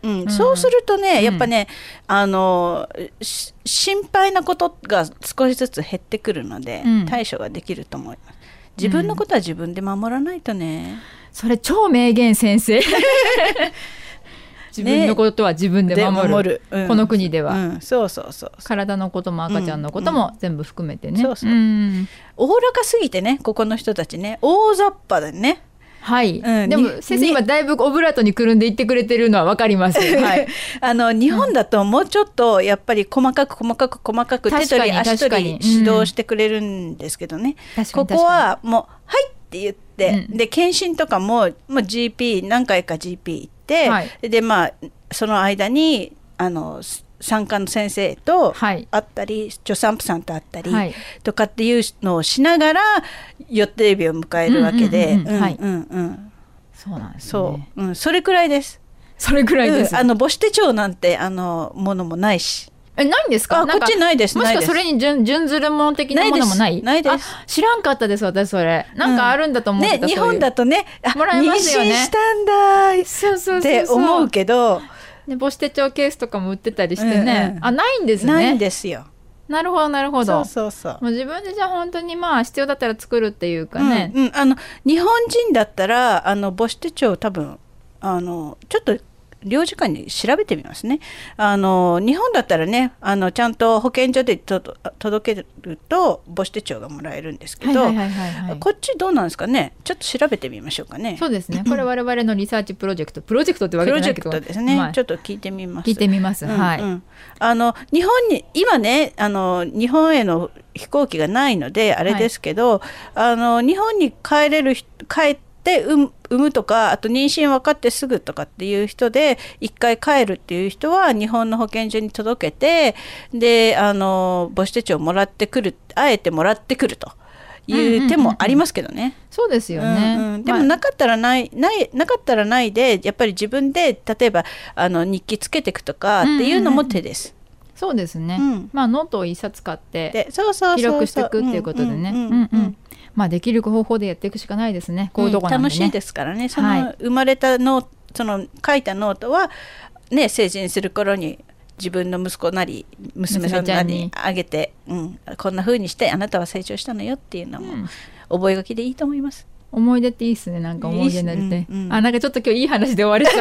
Speaker 10: うん
Speaker 9: ん
Speaker 10: そうするとね、
Speaker 9: うん
Speaker 10: やっぱね、あのし心配なことが少しずつ減ってくるので、
Speaker 9: うん
Speaker 10: 対処ができると思います。自分のことは自分で守らないとね。
Speaker 9: それ超名言先 生自分のことは自分で守る,、
Speaker 10: うん
Speaker 9: この国では、
Speaker 10: うん、そうそうそう。
Speaker 9: 体のことも赤ちゃんのことも全部含めてね、
Speaker 10: そうそうんおおらかすぎてね、ここの人たちね、大雑把でね。
Speaker 9: はい、
Speaker 10: うん
Speaker 9: でも
Speaker 10: に
Speaker 9: 先生
Speaker 10: に
Speaker 9: 今だいぶオブラートにくるんで言ってくれてるのはわかります、はい、
Speaker 10: あの日本だともうちょっとやっぱり細かく細かく細かく手
Speaker 9: 確か
Speaker 10: 取
Speaker 9: に
Speaker 10: り足取り
Speaker 9: 確かにうん
Speaker 10: 指導してくれるんですけどね、
Speaker 9: 確か
Speaker 10: こ
Speaker 9: に
Speaker 10: こはもう「はい」って言って、
Speaker 9: うん
Speaker 10: で検診とかももう GP 何回か GP 行って、
Speaker 9: はい
Speaker 10: でまあその間にあのす産科の先生と
Speaker 9: はい
Speaker 10: 会ったり、助産婦さんと会ったり
Speaker 9: はい
Speaker 10: とかっていうのをしながら予定日を迎えるわけで
Speaker 9: うんうんうんうんはい
Speaker 10: うんうん
Speaker 9: そうなんです
Speaker 10: そ
Speaker 9: ね
Speaker 10: う、うん、それくらいです。
Speaker 9: それくらいです、
Speaker 10: うんあの母子手帳なんてあのものもないし
Speaker 9: えないんですか
Speaker 10: あ
Speaker 9: なんか
Speaker 10: こっちないです
Speaker 9: もし
Speaker 10: ない
Speaker 9: か
Speaker 10: です
Speaker 9: それに準準ずるもの的なものもない
Speaker 10: ないですないです
Speaker 9: あ知らんかったです私それなんかあるんだと思ってた、
Speaker 10: ね日本だ
Speaker 9: と
Speaker 10: とねあ
Speaker 9: もらえ
Speaker 10: 妊
Speaker 9: ま
Speaker 10: 娠
Speaker 9: すよね
Speaker 10: したんだっ
Speaker 9: そうそうそうそう
Speaker 10: て思うけど
Speaker 9: ね母子手帳ケースとかも売ってたりしてね、
Speaker 10: うんうん
Speaker 9: あないんですね
Speaker 10: ないんですよ
Speaker 9: なるほどなるほ
Speaker 10: そ
Speaker 9: ど
Speaker 10: うそうそう
Speaker 9: もう自分でじゃあ本当にまあ必要だったら作るっていうかね、
Speaker 10: うんうんあの日本人だったらあの母子手帳多分あのちょっと領事館に調べてみますねあの日本だったらねあのちゃんと保健所でとど届けると母子手帳がもらえるんですけど、
Speaker 9: はいはいはいはいはい
Speaker 10: こっちどうなんですかねちょっと調べてみましょうかね。
Speaker 9: そうですねこれ我々のリサーチプロジェクトプロジェクトってわ
Speaker 10: プ
Speaker 9: けじゃ
Speaker 10: ロ
Speaker 9: ない
Speaker 10: ジェ
Speaker 9: け
Speaker 10: ク
Speaker 9: ど
Speaker 10: トですね、
Speaker 9: まあ
Speaker 10: ちょっと聞いてみます
Speaker 9: 聞いてみます、
Speaker 10: うん
Speaker 9: はい、
Speaker 10: うんあの日本に今ねあの日本への飛行機がないのであれですけど、あの日本に帰れる人帰って産む産むとかあと妊娠分かってすぐとかっていう人で一回帰るっていう人は日本の保健所に届けてであの母子手帳をもらってくるあえてもらってくるという手もありますけどね。
Speaker 9: そうですよね、
Speaker 10: うんうんでも
Speaker 9: まあ
Speaker 10: なかったらない、ないなかったらないでやっぱり自分で例えばあの日記つけていくとかっていうのも手です。
Speaker 9: そうですね、
Speaker 10: うん
Speaker 9: まあノートを一冊買って
Speaker 10: でそうそうそうそう
Speaker 9: 記録していくっていうことでね
Speaker 10: うんうん
Speaker 9: うんうんまあできる方法でやっていくしかないですねこういうとこなんでね、
Speaker 10: 楽しいですからねその、
Speaker 9: はい
Speaker 10: 生まれたノーその書いたノートはね成人する頃に自分の息子なり娘さんなり
Speaker 9: 娘ち
Speaker 10: あげて、うん、こんな風にしてあなたは成長したのよっていうのも覚書きでいいと思います。
Speaker 9: 思い出っていいっすねなんか思い出になりたい
Speaker 10: いいっすうんうん
Speaker 9: あなんかちょっと今日いい話で終わりそ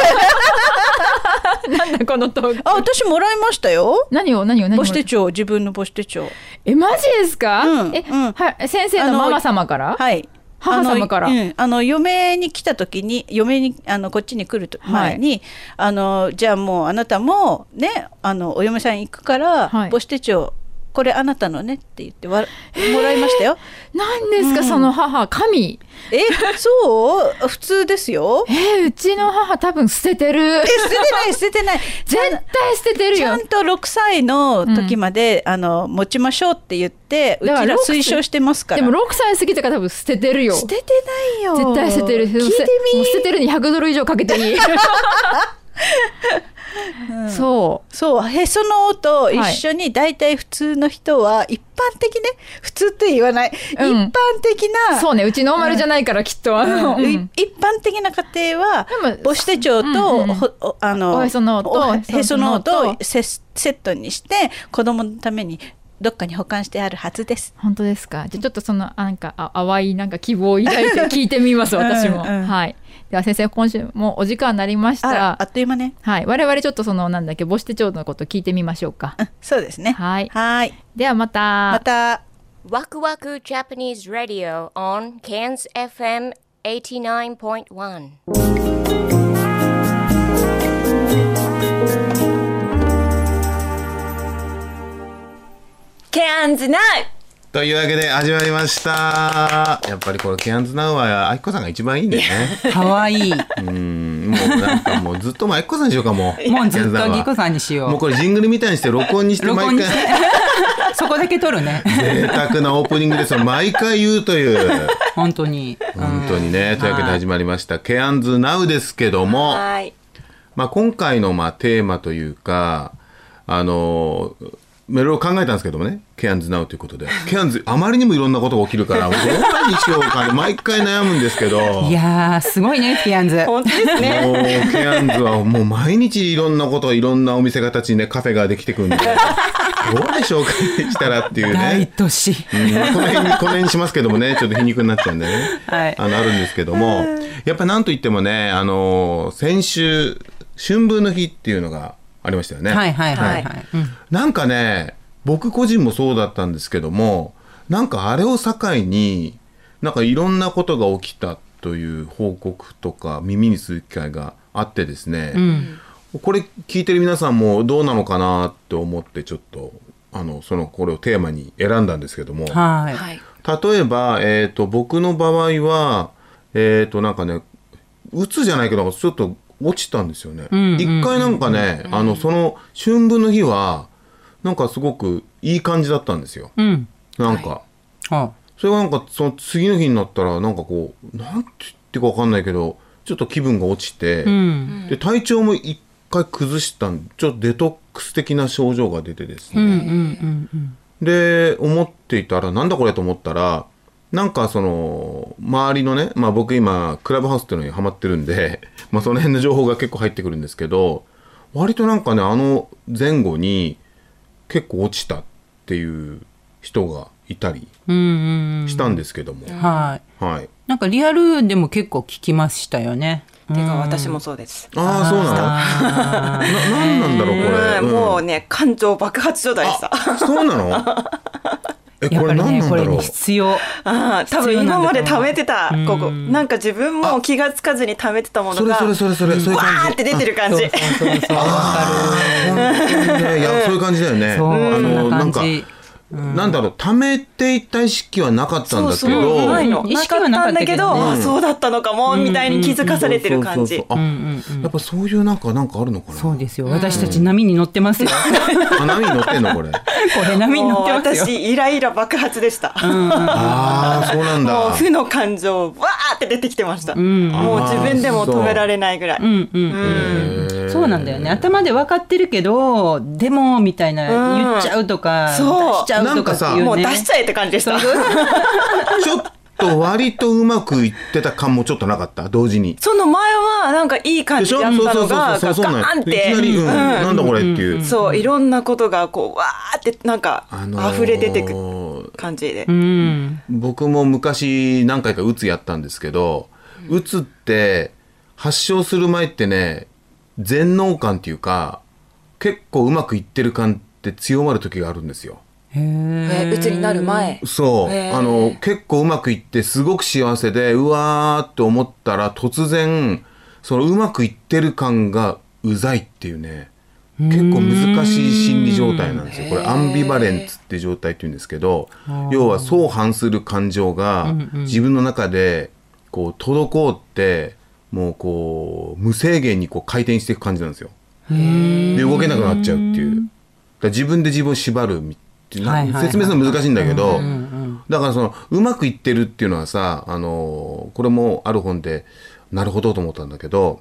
Speaker 9: う なんだこのトーク
Speaker 10: あ私もらいましたよ
Speaker 9: 何を何を何を
Speaker 10: 母子手帳自分の母子手帳。
Speaker 9: えマジですか、
Speaker 10: うん
Speaker 9: え、
Speaker 10: うん
Speaker 9: はい先生のママ様から
Speaker 10: はい。
Speaker 9: 母様から
Speaker 10: あの,、うん、あの嫁に来た時に嫁にあのこっちに来ると前に、あのじゃあもうあなたもねあのお嫁さん行くから、
Speaker 9: はい
Speaker 10: 母子手帳これあなたのねって言ってわもらいましたよ。
Speaker 9: 何ですか、
Speaker 10: うん
Speaker 9: その母神
Speaker 10: えそう普通ですよ。
Speaker 9: えーうちの母多分捨ててる
Speaker 10: え捨ててない捨ててない。
Speaker 9: 絶対捨ててる
Speaker 10: ち
Speaker 9: よ
Speaker 10: ゃんと6歳の時まで、あの持ちましょうって言ってうち
Speaker 9: だからら六歳
Speaker 10: 推奨してますから。
Speaker 9: でも6歳過ぎたから多分捨ててるよ
Speaker 10: 捨ててないよ。
Speaker 9: 絶対捨ててる
Speaker 10: 聞いて
Speaker 9: も う捨ててるに100ドル以上かけていいそう
Speaker 10: そうへその緒と一緒に大体普通の人は一般的ね普通って言わない、
Speaker 9: うん
Speaker 10: 一般的な
Speaker 9: そうねうちノーマルじゃないからきっとあの、
Speaker 10: うん
Speaker 9: うん
Speaker 10: い一般的な家庭は
Speaker 9: でも
Speaker 10: 母子手帳と、
Speaker 9: うんうん
Speaker 10: ほおあの
Speaker 9: おへその緒と
Speaker 10: おへ
Speaker 9: そ
Speaker 10: その緒
Speaker 9: の緒
Speaker 10: と
Speaker 9: と
Speaker 10: セスセットにして子供のためにどっかに保管してあるはずです。
Speaker 9: 本当ですかじゃあちょっとそのなんかあ淡いなんか希望を抱い て聞いてみます私も、
Speaker 10: うんうん
Speaker 9: はいでは先生今週もお時間になりまし
Speaker 10: あらあ
Speaker 9: た
Speaker 10: っという間ね。
Speaker 9: はい我々ちょっとそのなんだっけ母子手帳のこと聞いてみましょうか
Speaker 10: うんそうですね。
Speaker 9: はい
Speaker 10: はーい。
Speaker 9: ではまた
Speaker 10: また。
Speaker 11: Waku Waku Japanese Radio on Cairns FM 89.1.
Speaker 12: ケアンズナウ
Speaker 7: というわけで始まりましたやっぱりこのケアンズナウはあきこさんが一番いいんだよね
Speaker 8: 可愛い
Speaker 7: うんもうなんかもうずっともうあきこさんにしようかもう
Speaker 8: もうずっ
Speaker 7: ケア
Speaker 8: と
Speaker 7: ンズナウは
Speaker 8: あきこさんにしよう
Speaker 7: もうこれジングルみたいにして録音にして
Speaker 8: 録
Speaker 7: 毎
Speaker 8: 音に
Speaker 7: 回
Speaker 8: してそこだけ撮る ね
Speaker 7: 贅沢なオープニングですよ毎回言うという
Speaker 8: 本当に
Speaker 7: 本当にね、というわけで始まりました「ケアンズナウですけども、
Speaker 12: はい
Speaker 7: まあ、今回のまあテーマというかあのいろいろ考えたんですけどもねケアンズナウということでケアンズあまりにもいろんなことが起きるからもうどうにしようかね毎回悩むんですけど
Speaker 8: いやーすごいねケアンズ
Speaker 12: 本当です
Speaker 7: もう
Speaker 12: ね
Speaker 7: ケアンズはもう毎日いろんなこといろんなお店形にねカフェができてくるんでどうでしょうかしたらっていう
Speaker 8: 大
Speaker 7: ね、
Speaker 8: 都市
Speaker 7: うん まあこの辺にこの辺にしますけどもねちょっと皮肉になっちゃうんでね、
Speaker 8: はい
Speaker 7: あのあるんですけどもやっぱなんといってもねあの先週春分の日っていうのがありましたよね。
Speaker 8: はいはいはいは、
Speaker 12: はい
Speaker 8: うん
Speaker 7: なんかね僕個人もそうだったんですけどもなんかあれを境になんかいろんなことが起きたという報告とか耳にする機会があってですね、これ聞いてる皆さんもどうなのかなって思ってちょっとあのそのこれをテーマに選んだんですけども、
Speaker 8: はい
Speaker 12: はい
Speaker 7: 例えば、えー、と僕の場合はえっ、となんかねうつじゃないけどちょっと落ちたんですよね。一、
Speaker 8: んうん
Speaker 7: 回なんかね、あのその春分の日はなんかすごくいい感じだったんですよ。
Speaker 8: うん
Speaker 7: なんか、
Speaker 8: あ
Speaker 7: それがなんかその次の日になったらなんかこうなんて言ってかわかんないけどちょっと気分が落ちて、
Speaker 8: うん
Speaker 7: で体調も一回崩したんちょっとデトックス的な症状が出てですね、
Speaker 8: うんうんうんうん
Speaker 7: で思っていたらなんだこれと思ったらなんかその周りのね、まあ、僕今クラブハウスっていうのにハマってるんで、 まあ、その辺の情報が結構入ってくるんですけど割となんかねあの前後に結構落ちたっていう人がいたり
Speaker 8: うんうん
Speaker 7: したんですけども、
Speaker 8: はい
Speaker 7: はい
Speaker 8: なんかリアルでも結構聞きましたよね
Speaker 12: てか私もそうです
Speaker 7: ああそうなのななんなんだろうこれ、
Speaker 12: うんもうんね感情爆発状態でした
Speaker 7: あそうなのえ これ何
Speaker 8: やっぱりね
Speaker 7: なんだ
Speaker 8: これ
Speaker 7: ろう
Speaker 8: に必要
Speaker 12: あー多
Speaker 8: 必
Speaker 12: 分今
Speaker 8: 要なんだ
Speaker 12: ま
Speaker 8: と思う
Speaker 12: で溜めてた
Speaker 8: うん
Speaker 12: ここなんか自分も気がつかずに溜めてたもの
Speaker 7: それ
Speaker 12: が
Speaker 7: それそれそれ、そういう
Speaker 12: わ
Speaker 7: 感じ
Speaker 12: ーって出てる感じ
Speaker 8: そうそうそうそう
Speaker 7: あー本当にねいやそういう感じだよね。
Speaker 8: そう
Speaker 7: あの
Speaker 8: そんな
Speaker 7: なんか、
Speaker 8: 感じ
Speaker 7: なんだろう溜めていた意識はなかったんだけど、
Speaker 12: そうそう
Speaker 7: そう
Speaker 12: ないの
Speaker 8: 意
Speaker 12: な
Speaker 8: 識
Speaker 12: かっ
Speaker 8: はなか
Speaker 12: た
Speaker 8: っ
Speaker 12: ん
Speaker 8: た
Speaker 12: だ
Speaker 8: け
Speaker 12: け
Speaker 8: ど
Speaker 12: ど
Speaker 8: ね
Speaker 12: あそうだったのかもみたいに気づかされてる感じ
Speaker 7: そうそうそうあ
Speaker 8: うんうんうん
Speaker 7: やっぱそういうなんかなんかあるのかな。
Speaker 8: そうですよ私たち波に乗ってますよ
Speaker 7: あ波に乗ってんのこれ。
Speaker 8: これ波に乗
Speaker 12: もう
Speaker 8: ってますよ
Speaker 12: 私イライラ爆発でした
Speaker 7: ああそうなん
Speaker 12: もう
Speaker 7: だ。
Speaker 12: 負の感情わーって出てきてました
Speaker 8: うん
Speaker 12: もう自分でも止められないぐらい
Speaker 8: うんうんうんうんそうなんだよね頭で分かってるけどでもみたいな
Speaker 12: うん
Speaker 8: 言っちゃうとか、
Speaker 12: そう
Speaker 8: 出しちゃうとかっていうね
Speaker 12: もう出しちゃえって感じでした
Speaker 7: ちょっと割とうまくいってた感もちょっとなかった同時に。
Speaker 12: その前はなんかいい感
Speaker 7: で
Speaker 12: じ
Speaker 7: しょ
Speaker 12: だった
Speaker 7: そ
Speaker 12: のが
Speaker 7: うそ
Speaker 12: ガ
Speaker 7: うそうそうそうそうな
Speaker 12: ーン
Speaker 7: ん
Speaker 12: っ
Speaker 7: いき
Speaker 12: て
Speaker 7: なり、うん
Speaker 12: うん
Speaker 7: なんだこれっていう。
Speaker 12: そういろんなことがこうわーってなんか
Speaker 7: ー
Speaker 12: 溢れ出てく感じで
Speaker 8: うん
Speaker 7: 僕も昔何回かうつやったんですけど、うつって発症する前ってね全能感っていうか結構うまくいってる感って強まる時があるんですよ。
Speaker 8: へえ
Speaker 12: うつになる前
Speaker 7: そう、
Speaker 12: へー
Speaker 7: あの結構うまくいってすごく幸せでうわーって思ったら突然そのうまくいってる感がうざいっていうね結構難しい心理状態なんですよこれアンビバレンツっていう状態っていうんですけど要は相反する感情が自分の中でこう滞ってもうこう無制限にこう回転していく感じなんですよ。で動けなくなっちゃうっていうだから自分で自分を縛るみってな
Speaker 8: はいはいはい
Speaker 7: 説明するの難しいんだけど、
Speaker 8: うんうん
Speaker 7: だからそのうまくいってるっていうのはさあのこれもある本でなるほどと思ったんだけど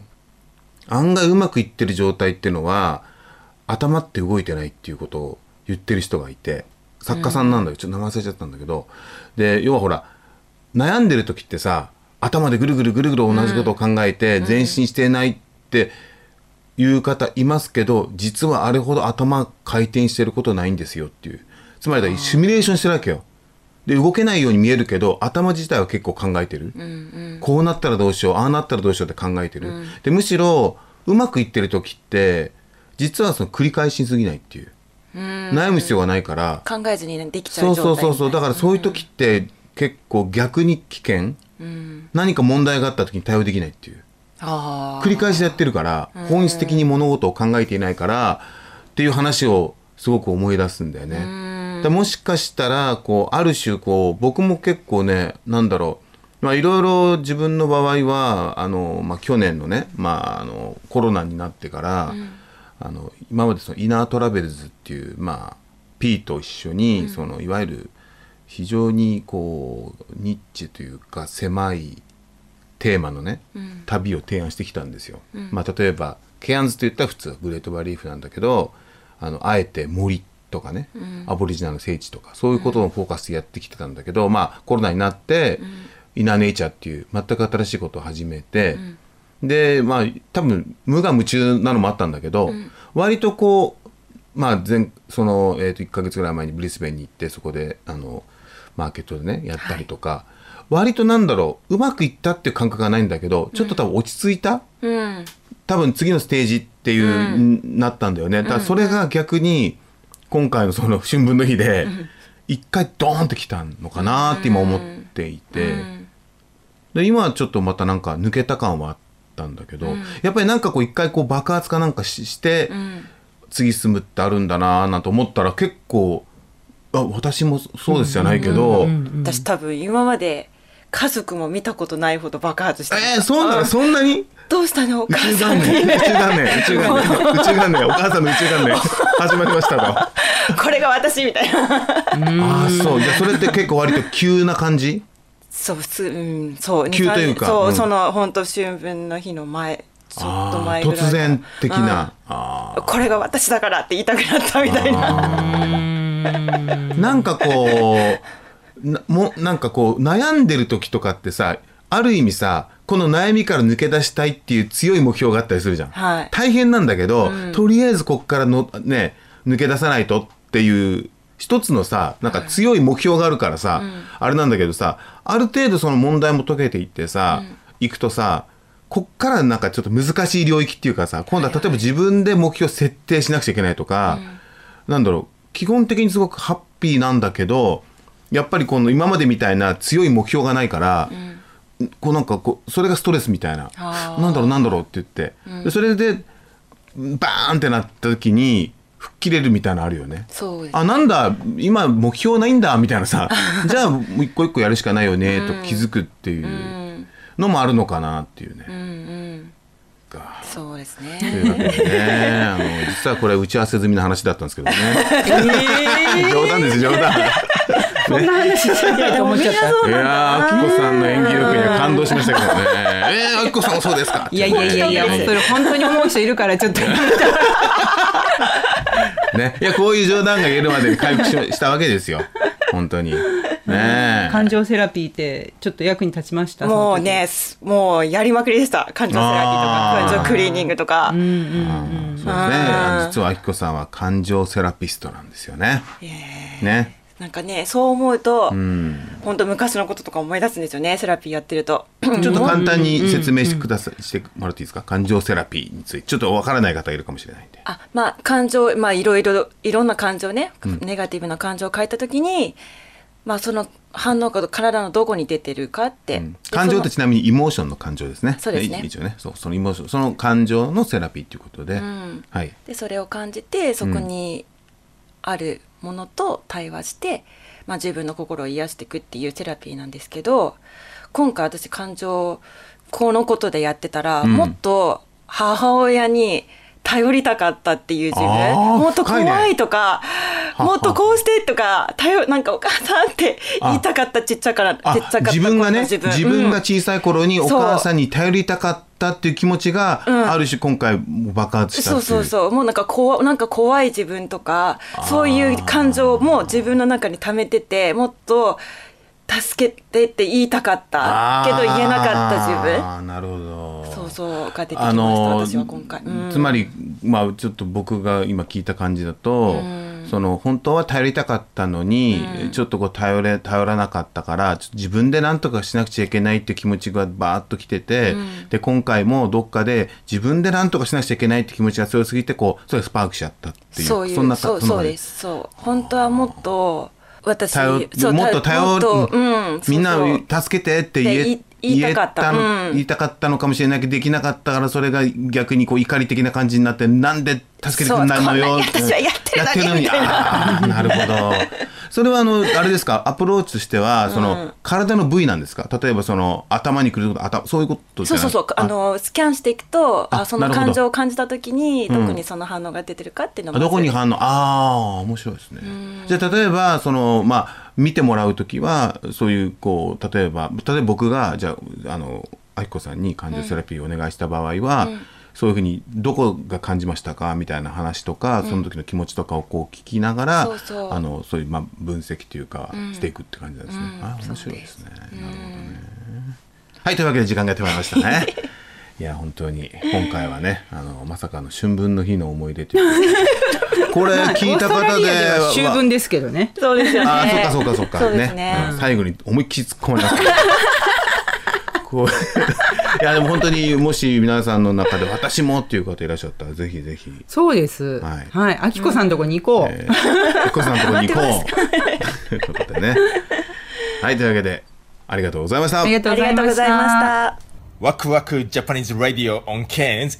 Speaker 7: 案外うまくいってる状態っていうのは頭って動いてないっていうことを言ってる人がいて作家さんなんだよ、ちょっと名前忘れちゃったんだけどで要はほら悩んでる時ってさ頭でぐるぐるぐるぐる同じことを考えて前進してないっていう方いますけど実はあれほど頭回転してることないんですよっていうつまりだからシミュレーションしてるわけよ。で動けないように見えるけど頭自体は結構考えてる、こうなったらどうしようああなったらどうしようって考えてる、でむしろうまくいってる時って実はその繰り返しすぎないっていう、悩む必要がないから、
Speaker 12: 考えずにねできちゃ
Speaker 7: そううそ
Speaker 12: 状態み
Speaker 7: う
Speaker 12: たい
Speaker 7: そ
Speaker 12: な
Speaker 7: うそうだからそういう時って結構逆に危険、
Speaker 12: うん
Speaker 7: 何か問題があった時に対応できないっていう
Speaker 12: あ
Speaker 7: 繰り返しやってるから
Speaker 12: うん
Speaker 7: 本質的に物事を考えていないからっていう話をすごく思い出すんだよね。だからもしかしたらこうある種こう僕も結構ねなんだろうまあいろいろ自分の場合はあの、まあ、去年のね、まあ、あのコロナになってから、あの今までそのイナートラベルズっていう、まあ、P と一緒に、
Speaker 13: うん
Speaker 7: そのいわゆる非常にこうニッチというか狭いテーマのね、
Speaker 13: うん
Speaker 7: 旅を提案してきたんですよ。
Speaker 13: うん
Speaker 7: まあ、例えばケアンズといったら普通はグレートバリーフなんだけどあのあえて森とかね、
Speaker 13: うん
Speaker 7: アボリジナルの聖地とかそういうことをフォーカスでやってきてたんだけど、まあ、コロナになって、イナーネイチャーっていう全く新しいことを始めて、でまあ多分無我夢中なのもあったんだけど、割とこう、まあ、前その、えー、と1ヶ月ぐらい前にブリスベンに行ってそこであのマーケットでねやったりとか、割となんだろううまくいったっていう感覚がないんだけどちょっと多分落ち着いた、
Speaker 12: うん
Speaker 7: 多分次のステージっていう、んなったんだよねだからそれが逆に今回のその春分の日で一回ドーンってきたのかなって今思っていて、で今はちょっとまたなんか抜けた感はあったんだけど、やっぱりなんかこう一回こう爆発かなんかしして、次進むってあるんだなーなんて思ったら結構あ私もそうですじゃないけど、
Speaker 12: 私多分今まで家族も見たことないほど爆発してえ
Speaker 7: えそうなのそんなに
Speaker 12: どうしたのお
Speaker 7: 宇
Speaker 12: 母
Speaker 7: 宙
Speaker 12: さん
Speaker 7: 元
Speaker 12: に
Speaker 7: 年宇宙元年宇宙元年宇宙元年お母さんの宇宙元年始まりました と。
Speaker 12: これが私みたいな
Speaker 7: ああそうじゃあそれって結構割と急な感じ
Speaker 12: そうすうんそう
Speaker 7: 急というか
Speaker 12: そう、
Speaker 7: うん
Speaker 12: その本当春分の日の前ちょっと
Speaker 7: あ
Speaker 12: 前
Speaker 7: ー
Speaker 12: ぐらい
Speaker 7: 突然的な、
Speaker 12: これが私だからって言いたくなったみたいな
Speaker 7: なんかこうなもなんかこう悩んでる時とかってさある意味さこの悩みから抜け出したいっていう強い目標があったりするじゃん、
Speaker 12: はい
Speaker 7: 大変なんだけど、
Speaker 12: うん
Speaker 7: とりあえずこっからのね抜け出さないとっていう一つのさなんか強い目標があるからさ、あれなんだけどさある程度その問題も解けていってさ、行くとさこっからなんかちょっと難しい領域っていうかさ今度は例えば自分で目標設定しなくちゃいけないとか、なんだろう基本的にすごくハッピーなんだけどやっぱりこの今までみたいな強い目標がないから、こうなんかこうそれがストレスみたいな
Speaker 13: あー
Speaker 7: なんだろうなんだろうって言って、
Speaker 12: うん
Speaker 7: でそれでバーンってなった時に吹っ切れるみたいなのあるよね。
Speaker 12: そうです
Speaker 7: あなんだ今目標ないんだみたい なさじゃあもう一個一個やるしかないよねと気づくっていうのもあるのかなっていうね。
Speaker 12: うんうんそうですね
Speaker 7: というわけでねあの実はこれ打ち合わせ済みの話だったんですけどね。冗談ですよ冗談。
Speaker 12: そんな話じゃないと思っちゃった
Speaker 7: いやー、あきこさんの演技力には感動しましたけどね。えー、あきこさんもそうですか。
Speaker 13: いやいやいやいや、それ本当に思う人いるから、ちょっと。
Speaker 7: ね、いや、こういう冗談が言えるまでに回復ししたわけですよ。本当に。ね
Speaker 13: 感情セラピーって、ちょっと役に立ちました。
Speaker 12: もうねすもうやりまくりでした感情セラピーと
Speaker 7: あー
Speaker 12: か感情クリーニングとか
Speaker 7: え。そうですね。実はあきこさんは感情セラピストなんですよね。ね。
Speaker 12: なんかねそう思うと、
Speaker 7: うん。
Speaker 12: 本当昔のこととか思い出すんですよねセラピーやってるとち
Speaker 7: ちょっと簡単に説明してください、してもらっていいですか感情セラピーについて。ちょっとわからない方がいるかもしれないんで。
Speaker 12: あまあ感情まあいろいろいろんな感情ね、
Speaker 7: うん
Speaker 12: ネガティブな感情を変えた時にまあその反応が体のどこに出てるかって、
Speaker 7: 感情って
Speaker 12: で
Speaker 7: ちなみにイモーションの感情ですね。
Speaker 12: そうですね
Speaker 7: い一応ね。そう、そのイモーション、その感情のセラピーということで。
Speaker 12: そのうん
Speaker 7: はい。
Speaker 12: でそれを感じてそこにあるものと対話して、まあ、自分の心を癒していくっていうセラピーなんですけど今回私感情をこのことでやってたら、
Speaker 7: うん
Speaker 12: もっと母親に頼りたかったっていう自分
Speaker 7: あー
Speaker 12: もっと
Speaker 7: 深いね
Speaker 12: 怖いとか、もっとこうしてとか頼なんかお母さんって言いたかったちっちゃからちっちゃかった
Speaker 7: 自分がね
Speaker 12: こんな
Speaker 7: 自分が
Speaker 12: うん
Speaker 7: 小さい頃にお母さんに頼りたかったっていう気持ちが、
Speaker 12: うん
Speaker 7: ある種今回爆発したって
Speaker 12: そ
Speaker 7: いう
Speaker 12: うそうそうもうなんか怖なんか怖い自分とかそういう感情も自分の中に溜めててもっと助けてって言いたかったけど言えなかった自分
Speaker 7: あーなるほど
Speaker 12: そうそうが出てきました、
Speaker 7: あの
Speaker 12: 私は今回、うん
Speaker 7: つまり、まあ、ちょっと僕が今聞いた感じだと、その本当は頼りたかったのに、ちょっとこう頼れ頼らなかったからちょっと自分で何とかしなくちゃいけないっていう気持ちがバーッときてて、で今回もどっかで自分で何とかしなくちゃいけないって気持ちが強すぎてこうそれがスパークしちゃったっていう
Speaker 12: そういうん
Speaker 7: な
Speaker 12: そう
Speaker 7: そ
Speaker 12: そう
Speaker 7: んな感じ
Speaker 12: ですそう本当はもっと私
Speaker 7: 頼
Speaker 12: そう
Speaker 7: もっと頼
Speaker 12: もっとうん
Speaker 7: みんな
Speaker 12: そうそう
Speaker 7: 助けてって言え
Speaker 12: って言い言いたかった
Speaker 7: 言えの
Speaker 12: うん
Speaker 7: 言いたかったのかもしれないけどできなかったからそれが逆にこう怒り的な感じになってなんで助けてくれないのよ
Speaker 12: そうこんなに私はやってるのにみ
Speaker 7: や
Speaker 12: たいな
Speaker 7: あーなるほどそれはあのあれですかアプローチとしてはその、
Speaker 12: うん
Speaker 7: 体の部位なんですか例えばその頭にくること頭そういうことじ
Speaker 12: そ
Speaker 7: ゃ
Speaker 12: う
Speaker 7: ない
Speaker 12: そうそうあのスキャンしていくとあ
Speaker 7: あ
Speaker 12: その
Speaker 7: なるほど
Speaker 12: 感情を感じた時に
Speaker 7: うん
Speaker 12: どこにその反応が出てるかっていうの
Speaker 7: あ
Speaker 12: まず
Speaker 7: どこに反応ああ面白いですねじゃあ例えばそのまあ見てもらう時はそういうこう例えば例えば僕がじゃああのあきこさんに感情セラピーをお願いした場合は、
Speaker 12: うん
Speaker 7: そういうふうにどこが感じましたかみたいな話とか、
Speaker 12: うん
Speaker 7: その時の気持ちとかをこう聞きながら
Speaker 12: そうそう
Speaker 7: あのそういうまあ分析というか、
Speaker 12: うん
Speaker 7: していくって感じなんですね。
Speaker 12: うん
Speaker 7: あー面白いですね。なるほどね。はいというわけで時間がやってまいりました ね。いや本当に今回はねあのまさかの春分の日の思い出ということ でこれ聞いた
Speaker 13: まあ
Speaker 7: 方
Speaker 13: オーストラ
Speaker 7: で
Speaker 13: リアは秋分ですけどね。
Speaker 12: そうですよね
Speaker 7: ああそうかそうかそうか
Speaker 12: そうですね
Speaker 7: うん最後に思いっきり突っ込まれました こう いやでも本当にもし皆さんの中で私もっていう方いらっしゃったらぜひぜひ
Speaker 13: そうです。
Speaker 7: はい
Speaker 13: はい、あきこさんのとこに行こう。
Speaker 7: えこさんのところに行こうということでねはいというわけでありがとうございました
Speaker 13: ありがとうございましたありがとうございました
Speaker 14: ワクワクジャパニーズ・ラディオ on Cairns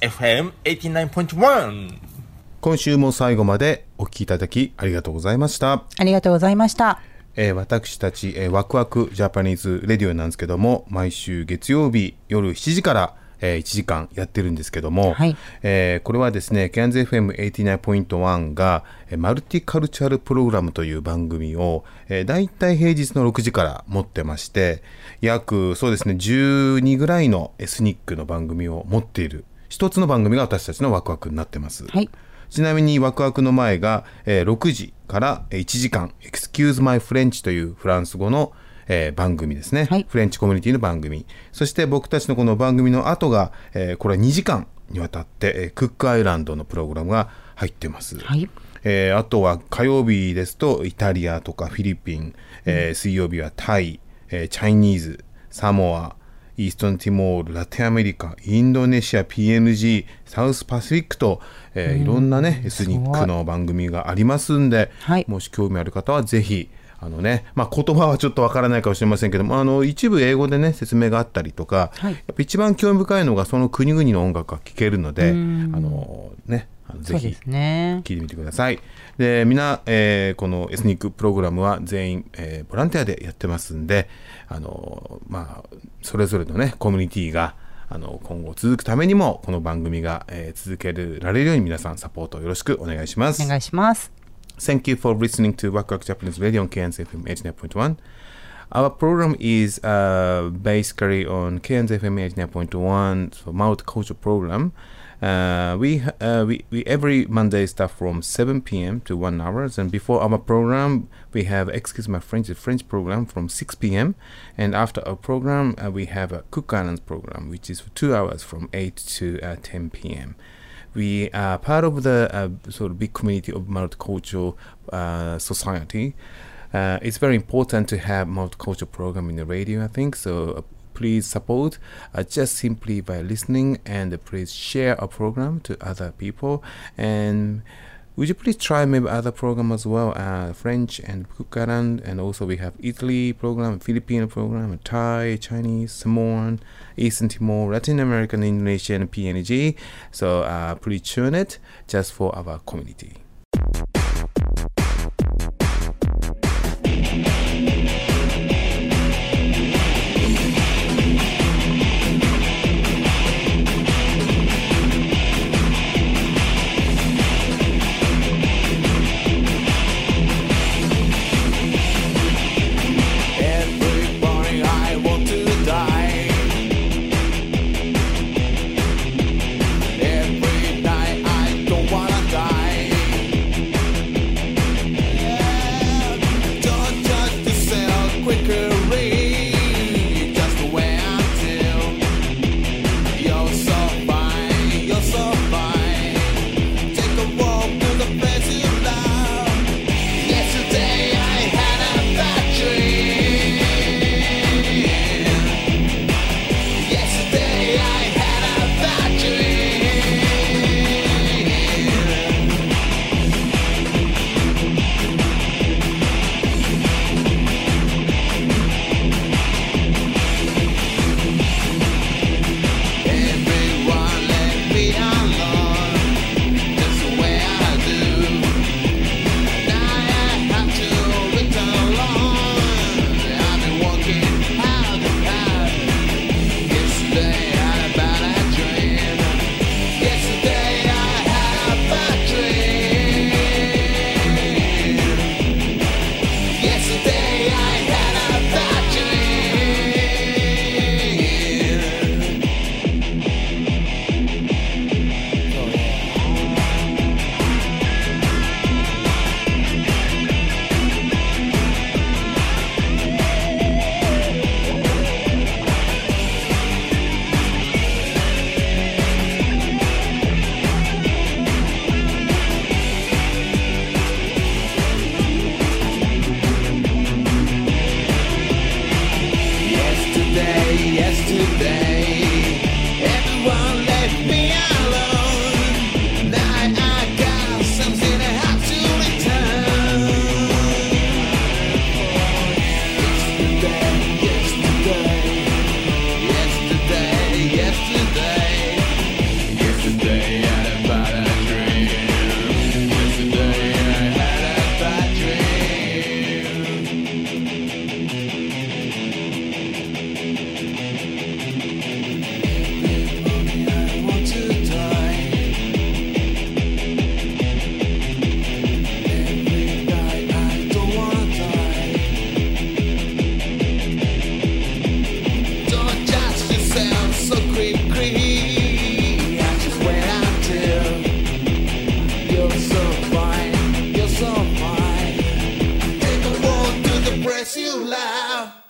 Speaker 14: FM89.1
Speaker 7: 今週も最後までお聞きいただきありがとうございました
Speaker 8: ありがとうございました。
Speaker 7: えー私たち、えーワクワクジャパニーズレディオなんですけども毎週月曜日夜7時から、えー1時間やってるんですけども、えーこれはですね CANZFM89.1 が、えーマルティカルチャルプログラムという番組を、えー、大体平日の6時から持ってまして約そうですね12ぐらいのエスニックの番組を持っている一つの番組が私たちのワクワクになってます。ちなみにワクワクの前が、えー6時からえー1時間「Excuse My French」というフランス語の、えー番組ですね、フレンチコミュニティの番組そして僕たちのこの番組の後が、えーこれは2時間にわたって、えークックアイランドのプログラムが入ってます、えーあとは火曜日ですとイタリアとかフィリピン、えー水曜日はタイ、えーチャイニーズサモアイーストンティモール、ラテンアメリカ、インドネシア、PNG、サウスパシフィックと、えーいろんなね、エスニックの番組がありますんで、もし興味ある方はぜひ、あのね、まあ、言葉はちょっとわからないかもしれませんけども、あの、一部英語でね、説明があったりとか、やっぱ一番興味深いのがその国々の音楽が聴けるので、あ
Speaker 13: うん
Speaker 7: の、ね、あのぜ
Speaker 13: そう
Speaker 7: ひ
Speaker 13: ですね。
Speaker 7: 聞いてみてください。で、皆、えーこのエスニックプログラムは全員、えーボランティアでやってますんで、あのーまあ、それぞれのね、コミュニティが、あの、今後続くためにも、この番組が、えー続けられるように皆さんサポートよろしくお願いします。
Speaker 8: お願いします。
Speaker 7: Thank you for listening to Wakwak Japanese Radio on KNZFM 89.1. Our program is uh, basically on KNZFM 89.1 so Mouth Culture Program. Uh, we, uh, we we every Monday start from 7 p.m. to 1 hours, and before our program we have excuse my French the French program from 6 p.m. and after our program uh, we have a Cook Islands program which is for two hours from 8 to uh, 10 p.m we are part of the uh, sort of big community of multicultural uh, society. Uh, it's very important to have multicultural program in the radio, I think. So uh, please support uh, just simply by listening and please share our program to other people. And would you please try maybe other program as well, uh, French and Kukaran, and also we have Italy program, Filipino program, Thai, Chinese, Samoan, Eastern Timor, Latin American, Indonesian, PNG. So uh, please tune it just for our community.
Speaker 15: makes you laugh.